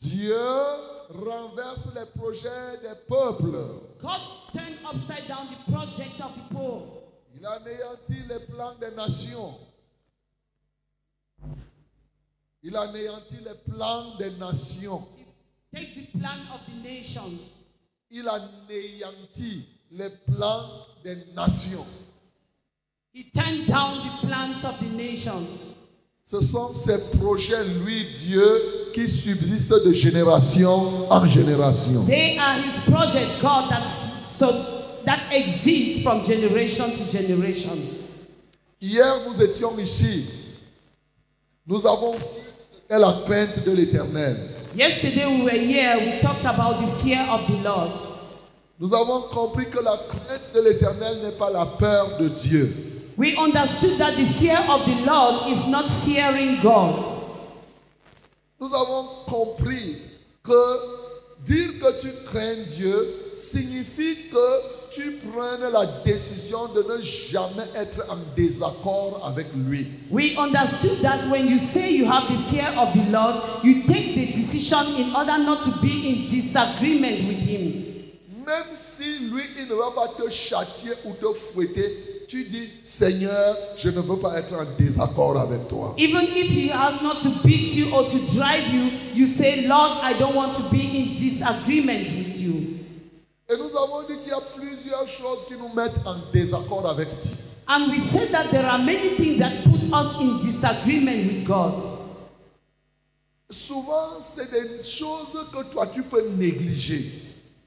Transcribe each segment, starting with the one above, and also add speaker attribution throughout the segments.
Speaker 1: Dieu renverse les projets des peuples.
Speaker 2: God turned upside down the project of the poor.
Speaker 1: Il anéantit les plans des nations. Il anéantit les plans des nations.
Speaker 2: He takes the plan of the nations.
Speaker 1: Il anéantit les plans des nations.
Speaker 2: He turned down the plans of the nations.
Speaker 1: Ce sont ces projets, lui, Dieu, qui subsistent de génération en génération.
Speaker 2: They are his project, God, that so that exists from generation to generation.
Speaker 1: Hier, nous étions ici. Nous avons vu quelle est la crainte de l'éternel.
Speaker 2: Yesterday we were here, we talked about the fear of the Lord.
Speaker 1: Nous avons compris que la crainte de l'éternel n'est pas la peur de Dieu.
Speaker 2: We understood that the fear of the Lord is not fearing God.
Speaker 1: Nous avons compris que dire que tu crains Dieu signifie que tu prennes la décision de ne jamais être en désaccord avec lui.
Speaker 2: We understood that when you say you have the fear of the Lord, you take the decision in order not to be in disagreement with Him.
Speaker 1: Même si lui, il ne va pas te châtier ou te fouetter, tu dis, Seigneur, je ne veux pas être en désaccord avec toi.
Speaker 2: Even if He has not to beat you or to drive you, you say, Lord, I don't want to be in disagreement with you.
Speaker 1: Et nous avons dit qu'il y a plusieurs choses qui nous mettent en désaccord avec Dieu.
Speaker 2: And we said that there are many things that put us in disagreement with God.
Speaker 1: Souvent, c'est des choses que toi, tu peux négliger.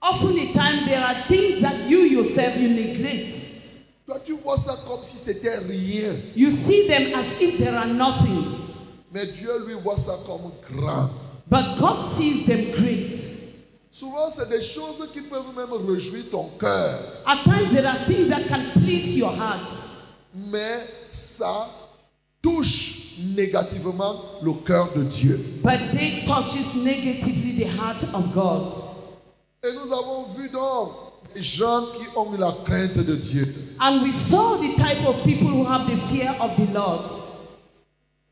Speaker 2: Often in time, there are things that you yourself you neglect.
Speaker 1: Toi, tu vois ça comme si c'était rien.
Speaker 2: You see them as if they are nothing,
Speaker 1: Mais Dieu, lui, voit ça comme grand.
Speaker 2: but God sees them great.
Speaker 1: Souvent, c'est des choses qui peuvent même réjouir ton cœur.
Speaker 2: At times, there are things that can please your heart,
Speaker 1: Mais ça touche négativement le cœur de Dieu.
Speaker 2: but they touches negatively the heart of God.
Speaker 1: Et nous avons vu donc des gens qui ont eu la crainte de Dieu.
Speaker 2: And we saw the type of people who have the fear of the Lord.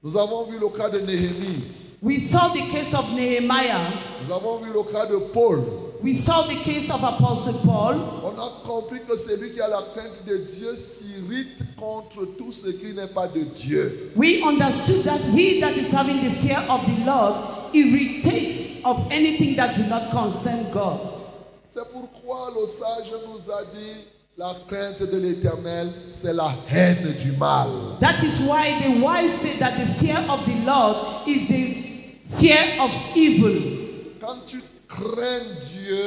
Speaker 1: Nous avons vu le cas de Néhémie.
Speaker 2: We saw the case of Nehemiah.
Speaker 1: Nous avons vu le cas de Paul.
Speaker 2: We saw the case of Apostle Paul.
Speaker 1: On a compris que celui qui a la crainte de Dieu s'irrite contre tout ce qui n'est pas de Dieu.
Speaker 2: We understood that he that is having the fear of the Lord irritates of anything that do not concern God.
Speaker 1: C'est pourquoi le sage nous a dit, la crainte de l'éternel, c'est la haine du mal.
Speaker 2: That is why the wise say that the fear of the Lord is the fear of evil.
Speaker 1: Quand tu crains Dieu,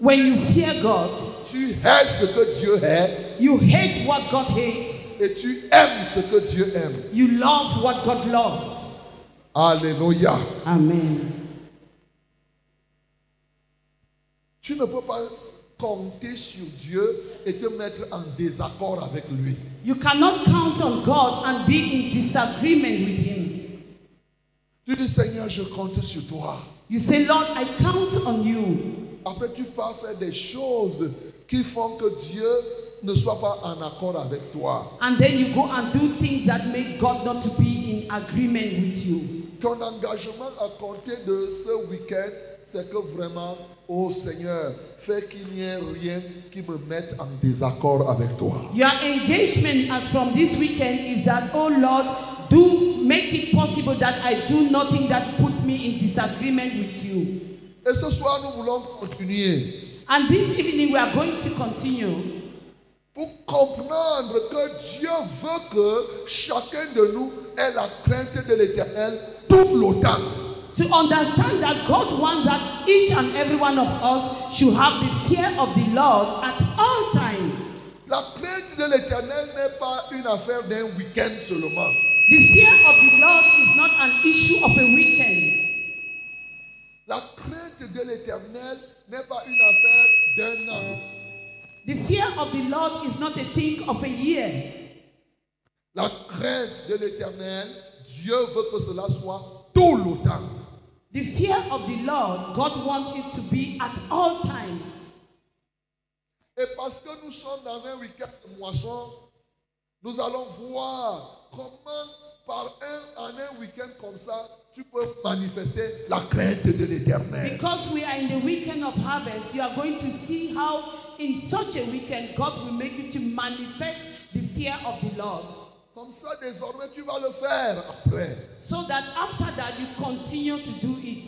Speaker 2: When you fear God,
Speaker 1: tu hais ce que Dieu hait
Speaker 2: you hate what God hates,
Speaker 1: et tu aimes ce que Dieu aime.
Speaker 2: you love what God loves.
Speaker 1: Alléluia.
Speaker 2: Amen.
Speaker 1: Tu ne peux pas compter sur Dieu et te mettre en désaccord avec lui.
Speaker 2: You cannot count on God and be in disagreement with Him.
Speaker 1: Tu dis Seigneur, je compte sur toi.
Speaker 2: You say, Lord, I count on you.
Speaker 1: Après, tu vas faire des choses qui font que Dieu ne soit pas en accord avec toi.
Speaker 2: And then you go and do things that make God not to be in agreement with you.
Speaker 1: Ton engagement à compter de ce week-end, c'est que vraiment, ô Seigneur, fais qu'il n'y ait rien qui me mette en désaccord avec toi.
Speaker 2: Your engagement as from this weekend is that, oh Lord, do make it possible that I do nothing that put me in disagreement with you.
Speaker 1: Et ce soir, nous voulons continuer
Speaker 2: And this evening we are going to continue
Speaker 1: pour comprendre que Dieu veut que chacun de nous ait la crainte de l'éternel tout le temps.
Speaker 2: to understand that God wants that each and every one of us should have the fear of the Lord at all time.
Speaker 1: La crainte de l'éternel n'est pas une affaire d'un week-end seulement.
Speaker 2: The fear of the Lord is not an issue of a weekend.
Speaker 1: La crainte de l'éternel n'est pas une affaire d'un an.
Speaker 2: The fear of the Lord is not a thing of a year.
Speaker 1: La crainte de l'éternel, Dieu veut que cela soit tout le temps.
Speaker 2: The fear of the Lord, God wants it to be at all times.
Speaker 1: Et parce que nous sommes dans un week-end de moisson, nous allons voir comment par un, en un week-end comme ça, tu peux manifester la crainte de l'éternel.
Speaker 2: Because we are in the weekend of harvest, you are going to see how in such a weekend God will make you to manifest the fear of the Lord.
Speaker 1: Comme ça, désormais, tu vas le faire après.
Speaker 2: So that after that you continue to do it.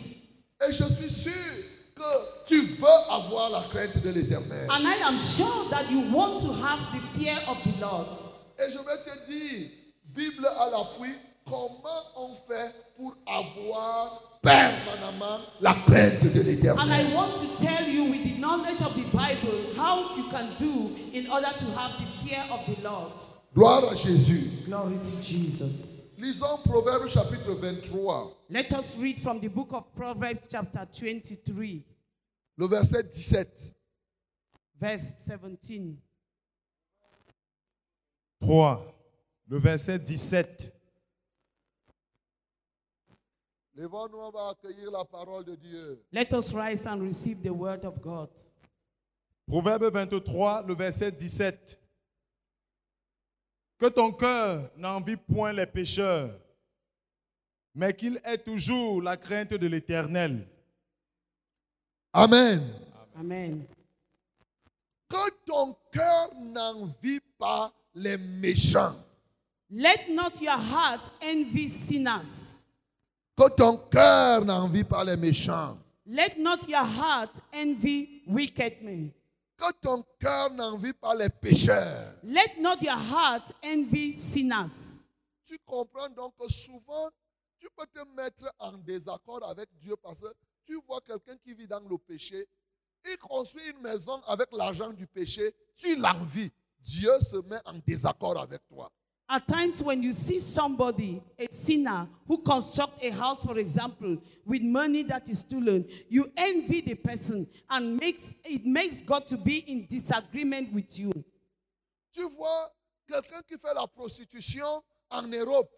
Speaker 1: Et je suis sûr que tu veux avoir la crainte de l'éternel.
Speaker 2: And I am sure that you want to have the fear of the Lord.
Speaker 1: Et je vais te dire, Bible à l'appui, comment on fait pour avoir permanemment la crainte de
Speaker 2: And
Speaker 1: l'éternel.
Speaker 2: I want to tell you with the knowledge of the Bible how you can do in order to have the fear of the Lord.
Speaker 1: Gloire à Jésus.
Speaker 2: Glory to Jesus.
Speaker 1: Lisons Proverbe chapitre 23,
Speaker 2: Let us read from the book of Proverbs, chapter 23,
Speaker 1: le verset 17.
Speaker 2: verse 17.
Speaker 3: 3, le verset 17.
Speaker 1: Levons-nous, on va accueillir la parole de Dieu.
Speaker 2: Let us rise and receive the word of God.
Speaker 3: Proverbe 23, le verset 17. Que ton cœur n'envie point les pécheurs, mais qu'il ait toujours la crainte de l'Éternel.
Speaker 1: Amen.
Speaker 2: Amen.
Speaker 1: Que ton cœur n'envie pas les méchants.
Speaker 2: Let not your heart envy sinners.
Speaker 1: Que ton cœur n'envie pas les méchants.
Speaker 2: Let not your heart envy wicked men.
Speaker 1: Que ton cœur n'envie pas les pécheurs.
Speaker 2: Let not your heart envy sinners.
Speaker 1: Tu comprends donc que souvent, tu peux te mettre en désaccord avec Dieu parce que tu vois quelqu'un qui vit dans le péché. Il construit une maison avec l'argent du péché. Tu l'envies. Dieu se met en désaccord avec toi.
Speaker 2: At times, when you see somebody, a sinner, who construct a house, for example, with money that is stolen, you envy the person and makes it makes God to be in disagreement with you.
Speaker 1: Tu vois quelqu'un qui fait la prostitution en Europe.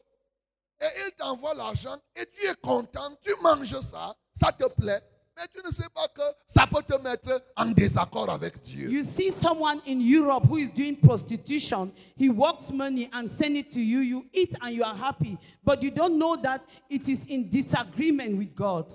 Speaker 1: Et il t'envoie l'argent et tu es content, tu manges ça, ça te plaît. Mais tu ne sais pas que ça peut te mettre en désaccord avec Dieu.
Speaker 2: You see someone in Europe who is doing prostitution, he works money and send it to you, you eat and you are happy, but you don't know that it is in disagreement with God.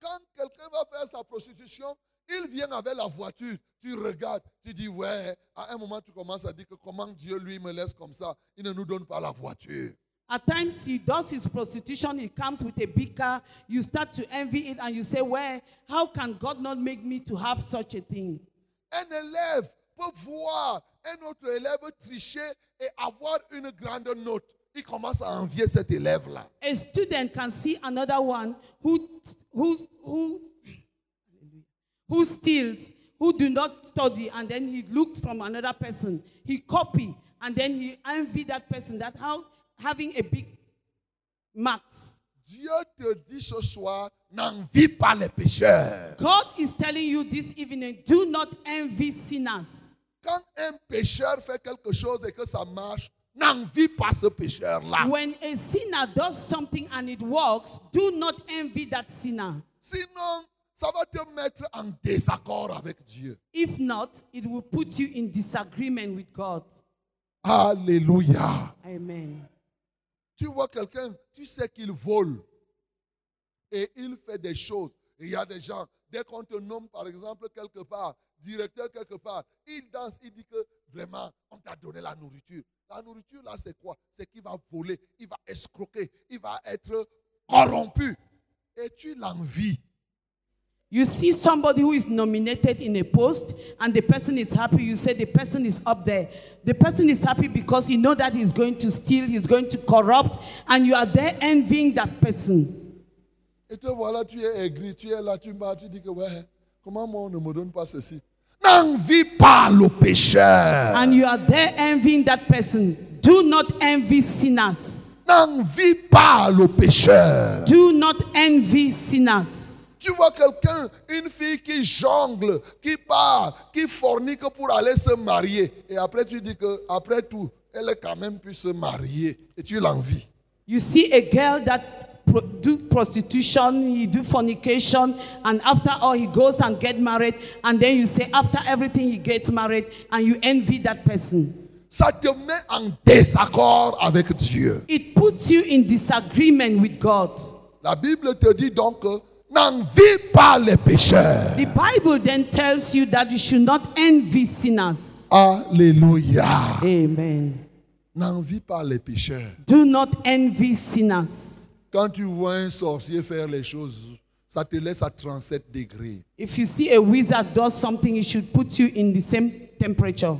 Speaker 1: Quand quelqu'un va faire sa prostitution, il vient avec la voiture. Tu regardes, tu dis ouais. À un moment, tu commences à dire que comment Dieu lui me laisse comme ça. Il ne nous donne pas la voiture.
Speaker 2: At times he does his prostitution, he comes with a big car, you start to envy it and you say, Well, how can God not make me to have such a thing?
Speaker 1: Un élève peut voir un autre élève tricher et avoir une grande note. Il commence à envier cet élève-là.
Speaker 2: A student can see another one who who who who steals, who do not study, and then he looks from another person, he copy, and then he envy that person that how having a big marks.
Speaker 1: Dieu te dit ce soir, n'envie pas les pécheurs.
Speaker 2: God is telling you this evening, do not envy sinners.
Speaker 1: Quand un pécheur fait quelque chose et que ça marche, n'envie pas ce pécheur-là.
Speaker 2: When a sinner does something and it works, do not envy that sinner.
Speaker 1: Sinon, ça va te mettre en désaccord avec Dieu.
Speaker 2: If not, it will put you in disagreement with God.
Speaker 1: Alléluia.
Speaker 2: Amen.
Speaker 1: Tu vois quelqu'un, tu sais qu'il vole. Et il fait des choses. Et Il y a des gens, dès qu'on te nomme par exemple quelque part, directeur quelque part, il danse, il dit que vraiment, on t'a donné la nourriture. La nourriture là, c'est quoi C'est qu'il va voler, il va escroquer, il va être corrompu. Et tu l'envies.
Speaker 2: You see somebody who is nominated in a post and the person is happy. You say the person is up there. The person is happy because you know that he's going to steal, he's going to corrupt, and you are there envying that person.
Speaker 1: Et te voilà, tu es aigri, tu es là, tu m'as, tu dis que ouais, comment moi on ne me donne pas ceci N'envie pas le pécheur.
Speaker 2: And you are there envying that person. Do not envy sinners.
Speaker 1: N'envie pas le pécheur.
Speaker 2: Do not envy sinners.
Speaker 1: Tu vois quelqu'un, une fille qui jongle, qui part, qui fornique pour aller se marier. Et après tu dis que, après tout, elle est quand même pu se marier. Et tu l'envies.
Speaker 2: You see a girl that pro- do prostitution, he do fornication, and after all he goes and get married, and then you say after everything he gets married, and you envy that person.
Speaker 1: ça te met en désaccord avec Dieu.
Speaker 2: It puts you in disagreement with God.
Speaker 1: La Bible te dit donc, euh, n'envie pas les pécheurs.
Speaker 2: The Bible then tells you that you should not envy sinners.
Speaker 1: Alléluia.
Speaker 2: Amen.
Speaker 1: N'envie pas les pécheurs.
Speaker 2: Do not envy sinners.
Speaker 1: Quand tu vois un sorcier faire les choses, ça te laisse à 37 degrés.
Speaker 2: If you see a wizard does something, it should put you in the same temperature.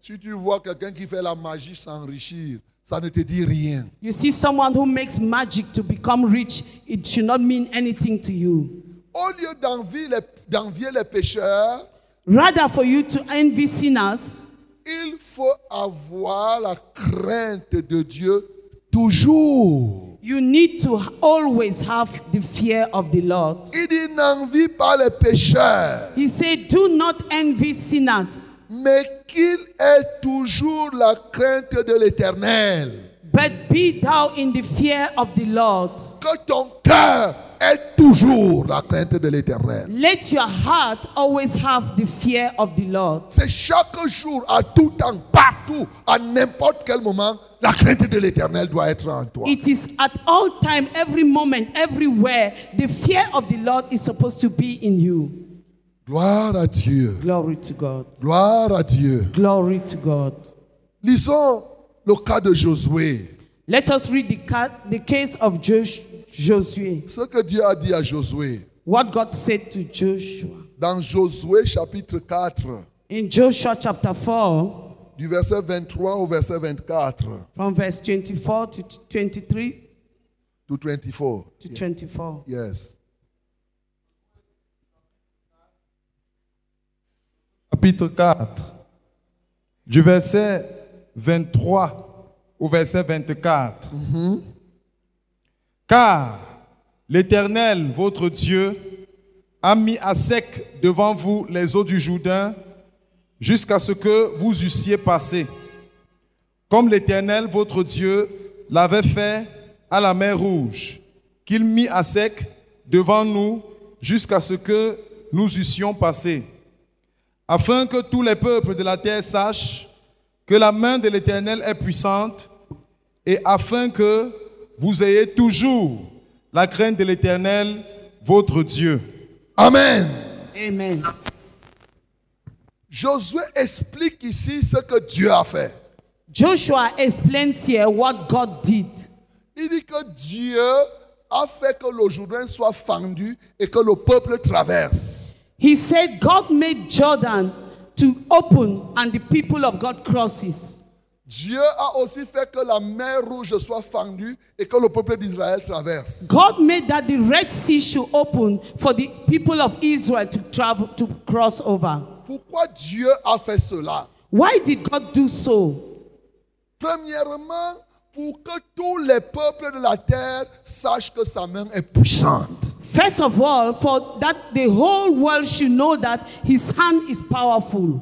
Speaker 1: Si tu vois quelqu'un qui fait la magie s'enrichir, ça ne te dit rien.
Speaker 2: You see someone who makes magic to become rich, it should not mean anything to you.
Speaker 1: Au lieu d'envier les, d'envier les pécheurs,
Speaker 2: Rather, for you to envy sinners,
Speaker 1: il faut avoir la crainte de Dieu toujours.
Speaker 2: you need to always have the fear of the Lord.
Speaker 1: Il dit n'envie pas les pécheurs,
Speaker 2: He said, Do not envy sinners,
Speaker 1: mais qu'il ait toujours la crainte de l'éternel.
Speaker 2: but be thou in the fear of the Lord.
Speaker 1: Que ton cœur ait toujours la crainte de l'éternel.
Speaker 2: Let your heart always have the fear of the Lord.
Speaker 1: C'est chaque jour, à tout temps, partout, à n'importe quel moment, la crainte de l'éternel doit être en toi.
Speaker 2: It is at all time, every moment, everywhere, the fear of the Lord is supposed to be in you.
Speaker 1: Gloire à Dieu.
Speaker 2: Glory to God.
Speaker 1: Gloire à Dieu.
Speaker 2: Glory to God.
Speaker 1: Lisons le cas de Josué.
Speaker 2: Let us read the, ca- the case of Josh- Josué.
Speaker 1: Ce que Dieu a dit à Josué.
Speaker 2: What God said to Joshua.
Speaker 1: Dans Josué chapitre 4,
Speaker 2: In Joshua chapter 4,
Speaker 1: du verset 23 au verset 24,
Speaker 2: from verse 24 to 23
Speaker 1: to 24.
Speaker 2: to 24.
Speaker 1: Yes.
Speaker 3: Chapitre 4, du verset 23 au verset 24. Car l'Éternel, votre Dieu, a mis à sec devant vous les eaux du Jourdain jusqu'à ce que vous eussiez passé, comme l'Éternel, votre Dieu, l'avait fait à la mer Rouge, qu'il mit à sec devant nous jusqu'à ce que nous eussions passé afin que tous les peuples de la terre sachent que la main de l'Éternel est puissante, et afin que vous ayez toujours la crainte de l'Éternel, votre Dieu.
Speaker 1: Amen.
Speaker 2: Amen.
Speaker 1: Josué explique ici ce que Dieu a fait.
Speaker 2: Joshua explains here what God did.
Speaker 1: Il dit que Dieu a fait que le Jourdain soit fendu et que le peuple traverse.
Speaker 2: He said, God made Jordan to open and the people of God crosses.
Speaker 1: Dieu a aussi fait que la mer rouge soit fendue et que le peuple d'Israël traverse.
Speaker 2: God made that the Red Sea should open for the people of Israel to travel to cross over.
Speaker 1: Pourquoi Dieu a fait cela
Speaker 2: Why did God do so?
Speaker 1: Premièrement, pour que tous les peuples de la terre sachent que sa main est puissante.
Speaker 2: First of all, for that the whole world should know that his hand is powerful.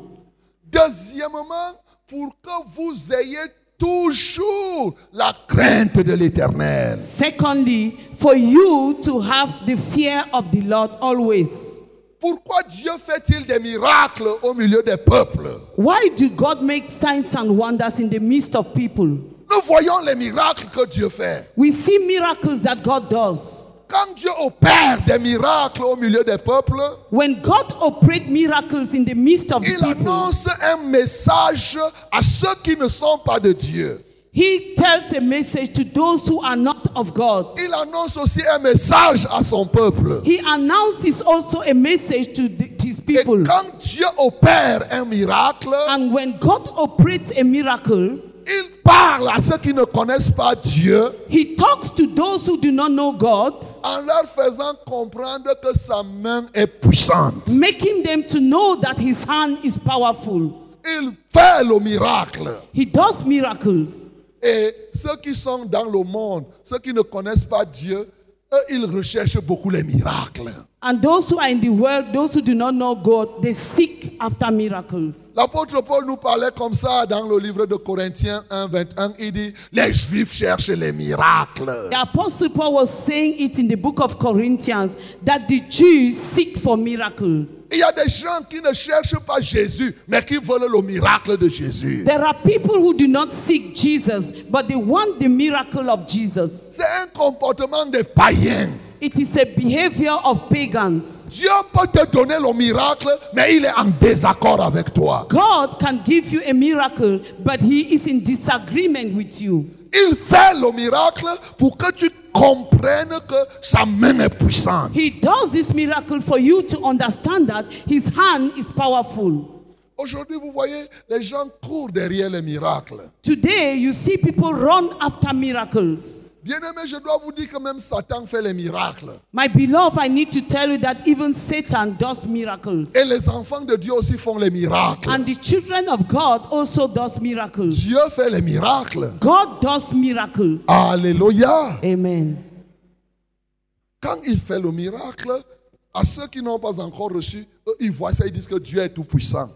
Speaker 1: Deuxièmement, pour que vous ayez toujours la crainte de l'éternel.
Speaker 2: Secondly, for you to have the fear of the Lord always.
Speaker 1: Pourquoi Dieu fait-il des miracles au milieu des peuples
Speaker 2: Why do God make signs and wonders in the midst of people?
Speaker 1: Nous voyons les miracles que Dieu fait.
Speaker 2: We see miracles that God does.
Speaker 1: Quand Dieu opère des miracles au milieu des peuples,
Speaker 2: When God operates miracles in the midst of the
Speaker 1: il
Speaker 2: people,
Speaker 1: annonce un message à ceux qui ne sont pas de Dieu.
Speaker 2: He tells a message to those who are not of God.
Speaker 1: Il annonce aussi un message à son peuple.
Speaker 2: He announces also a message to the, his
Speaker 1: Et
Speaker 2: people.
Speaker 1: quand Dieu opère un miracle,
Speaker 2: And when God operates a miracle,
Speaker 1: il parle à ceux qui ne connaissent pas Dieu
Speaker 2: He talks to those who do not know God,
Speaker 1: en leur faisant comprendre que sa main est puissante.
Speaker 2: making them to know that His hand is powerful.
Speaker 1: Il fait le miracle.
Speaker 2: He does miracles.
Speaker 1: Et ceux qui sont dans le monde, ceux qui ne connaissent pas Dieu, eux, ils recherchent beaucoup les miracles.
Speaker 2: And those who are in the world, those who do not know God, they seek after miracles.
Speaker 1: L'apôtre Paul nous parlait comme ça dans le livre de Corinthiens 1, 21. Il dit, les Juifs cherchent les miracles.
Speaker 2: The Apostle Paul was saying it in the book of Corinthians that the Jews seek for miracles.
Speaker 1: Il y a des gens qui ne cherchent pas Jésus, mais qui veulent le miracle de Jésus.
Speaker 2: There are people who do not seek Jesus, but they want the miracle of Jesus.
Speaker 1: C'est un comportement des païens.
Speaker 2: It is a behavior of pagans.
Speaker 1: Dieu peut te donner le miracle, mais il est en désaccord avec toi.
Speaker 2: God can give you a miracle, but he is in disagreement with you.
Speaker 1: Il fait le miracle pour que tu comprennes que sa main est puissante.
Speaker 2: He does this miracle for you to understand that his hand is powerful.
Speaker 1: Aujourd'hui, vous voyez, les gens courent derrière les miracles.
Speaker 2: Today, you see people run after miracles.
Speaker 1: Bien-aimés, je dois vous dire que même Satan fait les miracles.
Speaker 2: My beloved, I need to tell you that even Satan does miracles.
Speaker 1: Et les enfants de Dieu aussi font les miracles.
Speaker 2: And the children of God also does miracles.
Speaker 1: Dieu fait les miracles.
Speaker 2: God does miracles.
Speaker 1: Alléluia.
Speaker 2: Amen.
Speaker 1: Quand il fait le miracle, à ceux qui n'ont pas encore reçu, eux, ils voient ça, ils disent que Dieu est tout-puissant.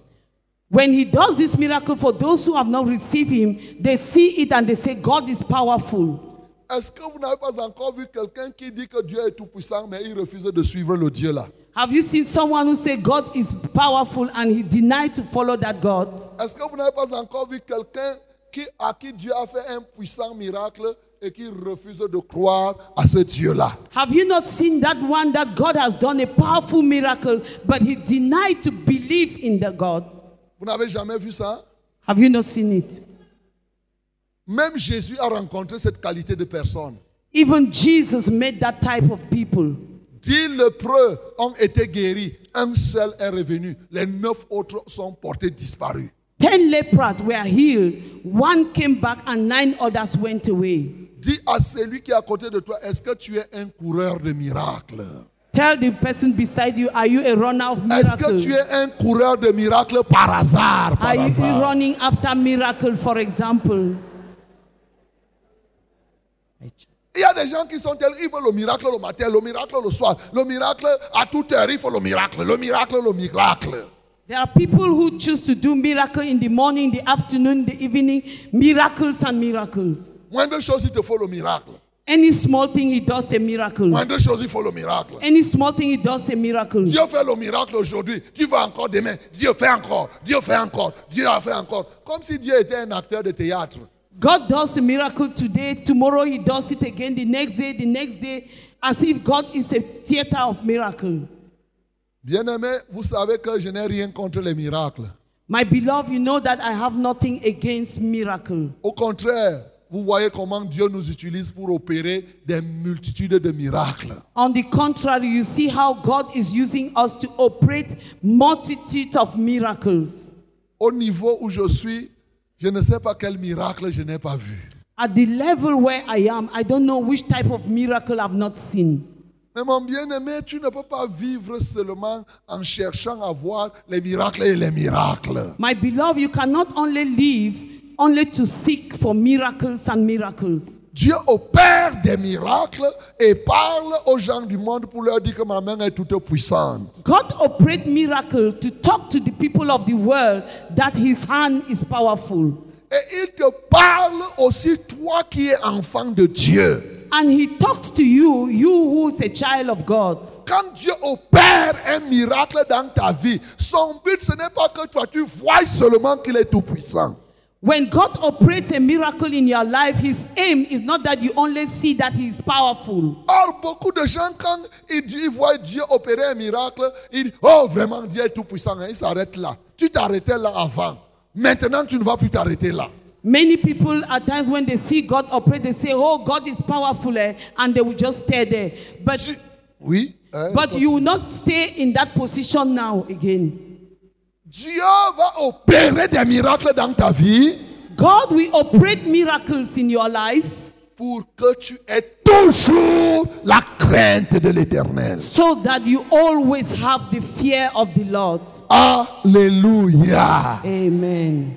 Speaker 2: When he does this miracle for those who have not received him, they see it and they say, God is powerful.
Speaker 1: Est-ce que vous n'avez pas encore vu quelqu'un qui dit que Dieu est tout-puissant, mais il refuse de suivre le Dieu là
Speaker 2: Have you seen someone who say God is powerful and he denied to follow that God?
Speaker 1: Est-ce que vous n'avez pas encore vu quelqu'un qui, à qui Dieu a fait un puissant miracle et qui refuse de croire à ce Dieu là
Speaker 2: Have you not seen that one that God has done a powerful miracle, but he denied to believe in the God?
Speaker 1: Vous n'avez jamais vu ça
Speaker 2: Have you not seen it?
Speaker 1: Même Jésus a rencontré cette qualité de personne.
Speaker 2: Even Jesus made that type of people.
Speaker 1: Dix lépreux ont été guéris, un seul est revenu, les neuf autres sont portés disparus.
Speaker 2: Ten lepers were healed, one came back, and nine others went away.
Speaker 1: Dis à celui qui est à côté de toi, est-ce que tu es un coureur de miracles
Speaker 2: Tell the person beside you, are you a runner of
Speaker 1: Est-ce que tu
Speaker 2: miracles?
Speaker 1: es un coureur de miracles par hasard, par
Speaker 2: Are you
Speaker 1: hasard?
Speaker 2: running after miracle, for example?
Speaker 1: Il y a des gens qui sont tels, ils veulent le miracle le matin, le miracle le soir, le miracle à toute heure, il faut le miracle, le miracle, le miracle.
Speaker 2: There are people who choose to do miracle in the morning, in the afternoon, in the evening, miracles and miracles.
Speaker 1: Moindre chose, il te faut le miracle.
Speaker 2: Any small thing he does a miracle.
Speaker 1: Moindre chose, il faut le miracle.
Speaker 2: Any small thing he does a miracle.
Speaker 1: Dieu fait le miracle aujourd'hui, tu vas encore demain, Dieu fait encore, Dieu fait encore, Dieu a fait encore. Comme si Dieu était un acteur de théâtre.
Speaker 2: God does a miracle today, tomorrow he does it again, the next day, the next day, as if God is a theater of miracle.
Speaker 1: Bien-aimé, vous savez que je n'ai rien contre les miracles.
Speaker 2: My beloved, you know that I have nothing against miracle.
Speaker 1: Au contraire, vous voyez comment Dieu nous utilise pour opérer des multitudes de miracles.
Speaker 2: On the contrary, you see how God is using us to operate multitude of miracles.
Speaker 1: Au niveau où je suis, je ne sais pas quel miracle je n'ai pas vu.
Speaker 2: At the level where I am, I don't know which type of miracle I've not seen.
Speaker 1: Mais mon bien-aimé, tu ne peux pas vivre seulement en cherchant à voir les miracles et les miracles.
Speaker 2: My beloved, you cannot only live only to seek for miracles and miracles.
Speaker 1: Dieu opère des miracles et parle aux gens du monde pour leur dire que ma main est toute puissante.
Speaker 2: God operate miracle to talk to the people of the world that his hand is powerful.
Speaker 1: Et il te parle aussi, toi qui es enfant de Dieu.
Speaker 2: And he talks to you, you who is a child of God.
Speaker 1: Quand Dieu opère un miracle dans ta vie, son but ce n'est pas que toi tu vois seulement qu'il est tout puissant.
Speaker 2: When God operates a miracle in your life, his aim is not that you only see that he is powerful.
Speaker 1: Or, beaucoup de gens, quand ils, ils voient Dieu opérer un miracle, ils disent, oh, vraiment, Dieu est tout-puissant. Ils s'arrêtent là. Tu t'arrêtais là avant. Maintenant, tu ne vas plus t'arrêter là.
Speaker 2: Many people at times when they see God operate, they say, Oh, God is powerful, eh, and they will just stay there. But
Speaker 1: Tu- Oui. hein,
Speaker 2: but you will not stay in that position now again.
Speaker 1: Dieu va opérer des miracles dans ta vie
Speaker 2: God will operate miracles in your life
Speaker 1: pour que tu aies toujours la crainte de l'éternel.
Speaker 2: so that you always have the fear of the Lord.
Speaker 1: Alléluia.
Speaker 2: Amen.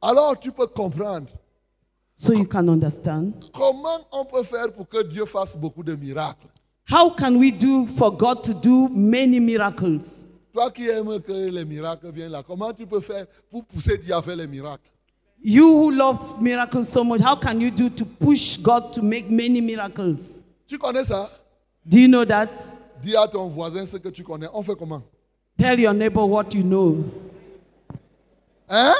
Speaker 1: Alors, tu peux comprendre
Speaker 2: So you can understand.
Speaker 1: comment on peut faire pour que Dieu fasse beaucoup de miracles.
Speaker 2: How can we do for God to do many miracles?
Speaker 1: Toi qui aimes que les miracles viennent là, comment tu peux faire pour pousser Dieu à faire les miracles
Speaker 2: You who love miracles so much, how can you do to push God to make many miracles?
Speaker 1: Tu connais ça
Speaker 2: Do you know that?
Speaker 1: Dis à ton voisin ce que tu connais. On fait comment
Speaker 2: Tell your neighbor what you know.
Speaker 1: Hein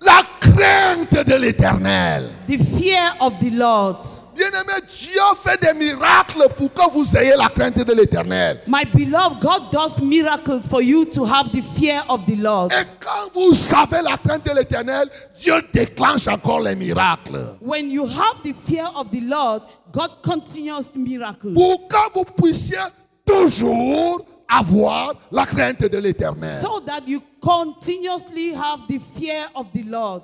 Speaker 1: La crainte de l'éternel.
Speaker 2: The fear of the Lord.
Speaker 1: Bien-aimé, Dieu fait des miracles pour que vous ayez la crainte de l'éternel.
Speaker 2: My beloved, God does miracles for you to have the fear of the Lord.
Speaker 1: Et quand vous savez la crainte de l'éternel, Dieu déclenche encore les miracles.
Speaker 2: When you have the fear of the Lord, God continues miracles.
Speaker 1: Pour que vous puissiez toujours avoir la crainte de l'éternel.
Speaker 2: So that you continuously have the fear of the Lord.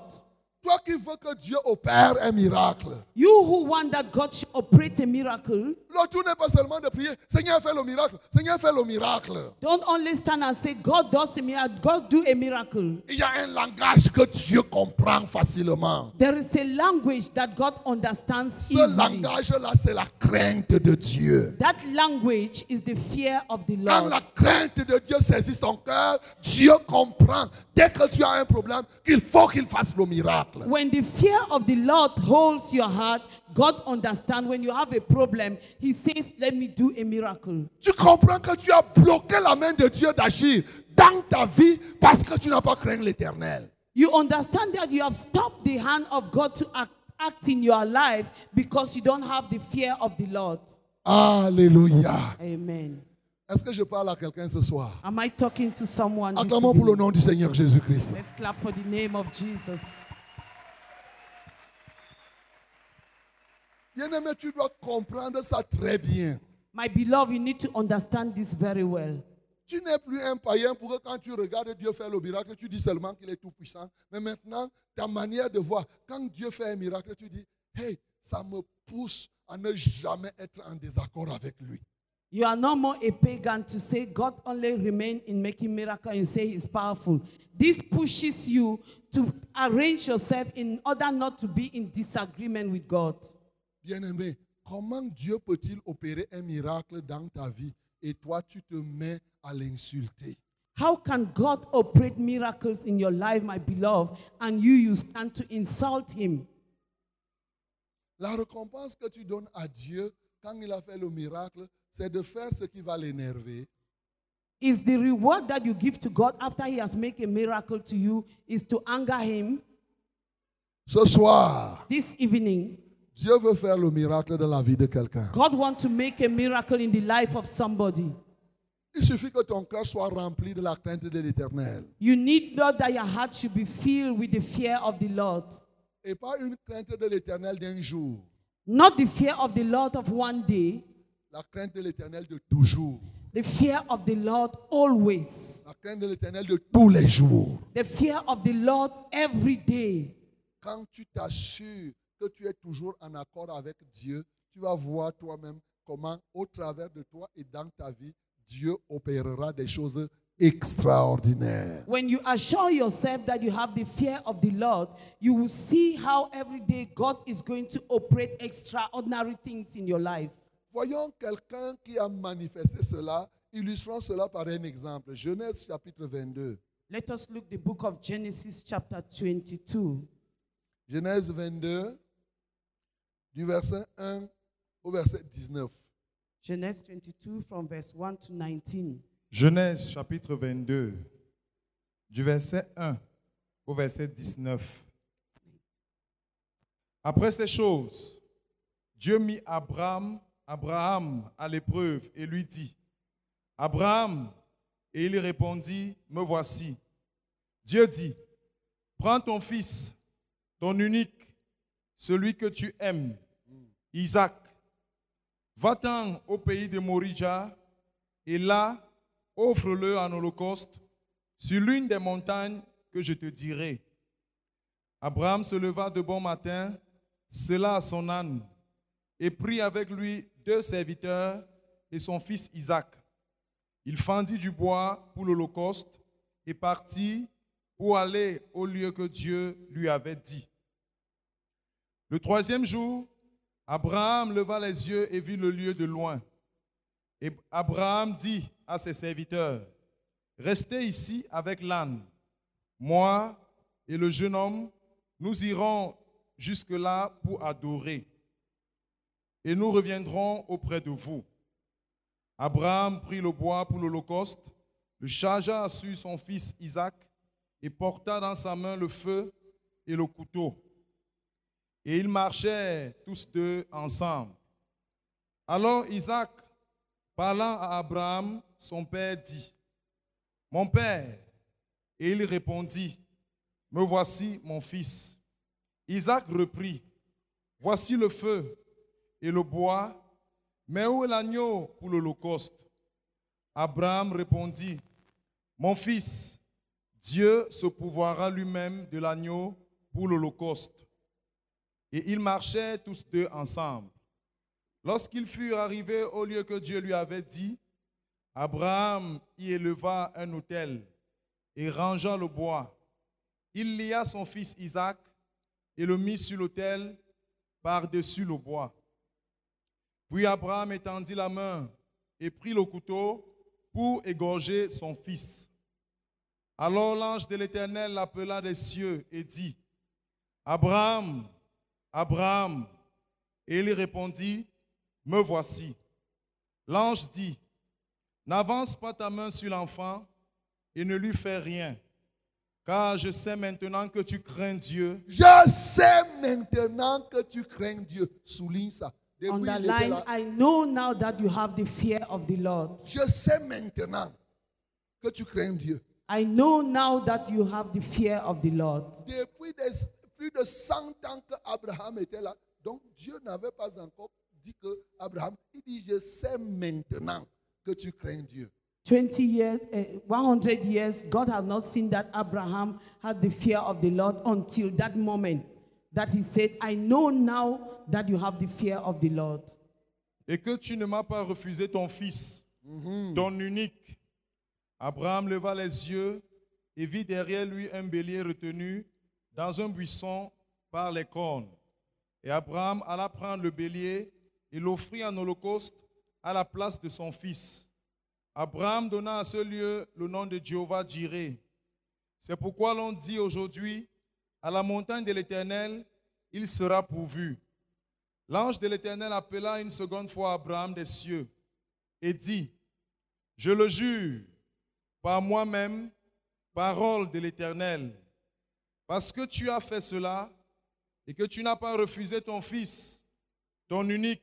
Speaker 1: Toi qui veux que Dieu opère un miracle.
Speaker 2: You who want that God should operate a miracle,
Speaker 1: Le tout n'est pas seulement de prier, Seigneur fais le miracle, Seigneur fais le miracle.
Speaker 2: don't only stand and say, God does a miracle, God do a miracle.
Speaker 1: Il y a un langage que Dieu comprend facilement.
Speaker 2: There is a language that God understands
Speaker 1: Ce
Speaker 2: easily.
Speaker 1: langage-là, c'est la crainte de Dieu.
Speaker 2: That language is the fear of the
Speaker 1: Quand
Speaker 2: Lord.
Speaker 1: la crainte de Dieu saisit ton cœur, Dieu comprend dès que tu as un problème qu'il faut qu'il fasse le miracle.
Speaker 2: When the fear of the Lord holds your heart, God understands when you have a problem, He says, Let me do a miracle.
Speaker 1: Tu comprends que tu as bloqué la main de Dieu d'agir dans ta vie parce que tu n'as pas craint l'éternel.
Speaker 2: You understand that you have stopped the hand of God to act, act in your life because you don't have the fear of the Lord.
Speaker 1: Alléluia.
Speaker 2: Amen.
Speaker 1: Est-ce que je parle à quelqu'un ce soir?
Speaker 2: Am I talking to someone? this
Speaker 1: Acclamons pour le
Speaker 2: evening?
Speaker 1: nom du Seigneur Jésus-Christ.
Speaker 2: Let's clap for the name of Jesus.
Speaker 1: Bien-aimé, tu dois comprendre ça très bien.
Speaker 2: My beloved, you need to understand this very well.
Speaker 1: Tu n'es plus un païen pour que quand tu regardes Dieu faire le miracle, tu dis seulement qu'il est tout-puissant. Mais maintenant, ta manière de voir, quand Dieu fait un miracle, tu dis, hey, ça me pousse à ne jamais être en désaccord avec lui.
Speaker 2: You are no more a pagan to say God only remain in making miracle and say he's powerful. This pushes you to arrange yourself in order not to be in disagreement with God.
Speaker 1: Bien-aimé, comment Dieu peut-il opérer un miracle dans ta vie et toi, tu te mets à l'insulter
Speaker 2: How can God operate miracles in your life, my beloved, and you you stand to insult him?
Speaker 1: La récompense que tu donnes à Dieu quand il a fait le miracle, c'est de faire ce qui va l'énerver
Speaker 2: Is the reward that you give to God after he has made a miracle to you is to anger him
Speaker 1: Ce soir,
Speaker 2: this evening?
Speaker 1: Dieu veut faire le miracle dans la vie de quelqu'un.
Speaker 2: God want to make a miracle in the life of somebody.
Speaker 1: Il suffit que ton cœur soit rempli de la crainte de l'éternel.
Speaker 2: You need not that your heart should be filled with the fear of the Lord.
Speaker 1: Et pas une crainte de l'éternel d'un jour,
Speaker 2: Not the fear of the Lord of one day,
Speaker 1: la crainte de l'éternel de toujours,
Speaker 2: the fear of the Lord always,
Speaker 1: la crainte de l'éternel de tous les jours.
Speaker 2: the fear of the Lord every day.
Speaker 1: Quand tu t'assures que tu es toujours en accord avec Dieu, tu vas voir toi-même comment, au travers de toi et dans ta vie, Dieu opérera des choses extraordinaires.
Speaker 2: When you assure yourself that you have the fear of the Lord, you will see how every day God is going to operate extraordinary things in your life.
Speaker 1: Voyons quelqu'un qui a manifesté cela, illustrons cela par un exemple. Genèse chapitre 22.
Speaker 2: Let us look the book of Genesis chapter 22.
Speaker 1: Genèse 22, du verset 1 au verset 19.
Speaker 2: Genesis 22 from verse 1 to 19.
Speaker 3: Genèse chapitre 22, du verset 1 au verset 19. Après ces choses, Dieu mit Abraham, Abraham à l'épreuve et lui dit, Abraham, et il répondit, me voici. Dieu dit, prends ton fils, ton unique, celui que tu aimes, Isaac, va-t'en au pays de Morija, et là, offre-le en holocauste sur l'une des montagnes que je te dirai. Abraham se leva de bon matin, cela à son âne, et prit avec lui deux serviteurs et son fils Isaac. Il fendit du bois pour l'holocauste et partit pour aller au lieu que Dieu lui avait dit. Le troisième jour, Abraham leva les yeux et vit le lieu de loin. Et Abraham dit à ses serviteurs, Restez ici avec l'âne. Moi et le jeune homme, nous irons jusque-là pour adorer. Et nous reviendrons auprès de vous. Abraham prit le bois pour l'Holocauste, le chargea sur son fils Isaac, et porta dans sa main le feu et le couteau. Et ils marchaient tous deux ensemble. Alors Isaac, parlant à Abraham, son père, dit, Mon père, et il répondit, Me voici mon fils. Isaac reprit, Voici le feu et le bois, mais où est l'agneau pour l'Holocauste Abraham répondit, Mon fils, Dieu se pourvoira lui-même de l'agneau pour l'Holocauste. Et ils marchaient tous deux ensemble. Lorsqu'ils furent arrivés au lieu que Dieu lui avait dit, Abraham y éleva un autel et rangea le bois. Il lia son fils Isaac et le mit sur l'autel par-dessus le bois. Puis Abraham étendit la main et prit le couteau pour égorger son fils. Alors l'ange de l'Éternel l'appela des cieux et dit, Abraham, Abraham. Et il répondit, Me voici. L'ange dit, N'avance pas ta main sur l'enfant et ne lui fais rien, car je sais maintenant que tu crains Dieu
Speaker 1: Je sais maintenant que tu crains Dieu. Souligne ça. Depuis, il était
Speaker 2: Underline,
Speaker 1: là.
Speaker 2: I know now that you have the fear of the Lord.
Speaker 1: Je sais maintenant que tu crains Dieu.
Speaker 2: I know now that you have the fear of the Lord.
Speaker 1: Depuis des- plus de 100 ans que Abraham était là, donc Dieu n'avait pas encore dit que Abraham, il dit, je sais maintenant que tu crains Dieu.
Speaker 2: 20 years, eh, 100 years, God has not seen that Abraham had the fear of the Lord until that moment that he said, I know now that you have the fear of the Lord.
Speaker 3: et que tu ne m'as pas refusé ton fils, ton unique. Abraham leva les yeux et vit derrière lui un bélier retenu dans un buisson par les cornes. Et Abraham alla prendre le bélier et l'offrit en holocauste à la place de son fils. Abraham donna à ce lieu le nom de Jéhovah Jireh. C'est pourquoi l'on dit aujourd'hui, à la montagne de l'Éternel, il sera pourvu. L'ange de l'Éternel appela une seconde fois Abraham des cieux et dit, Je le jure par moi-même, parole de l'Éternel, parce que tu as fait cela et que tu n'as pas refusé ton fils, ton unique,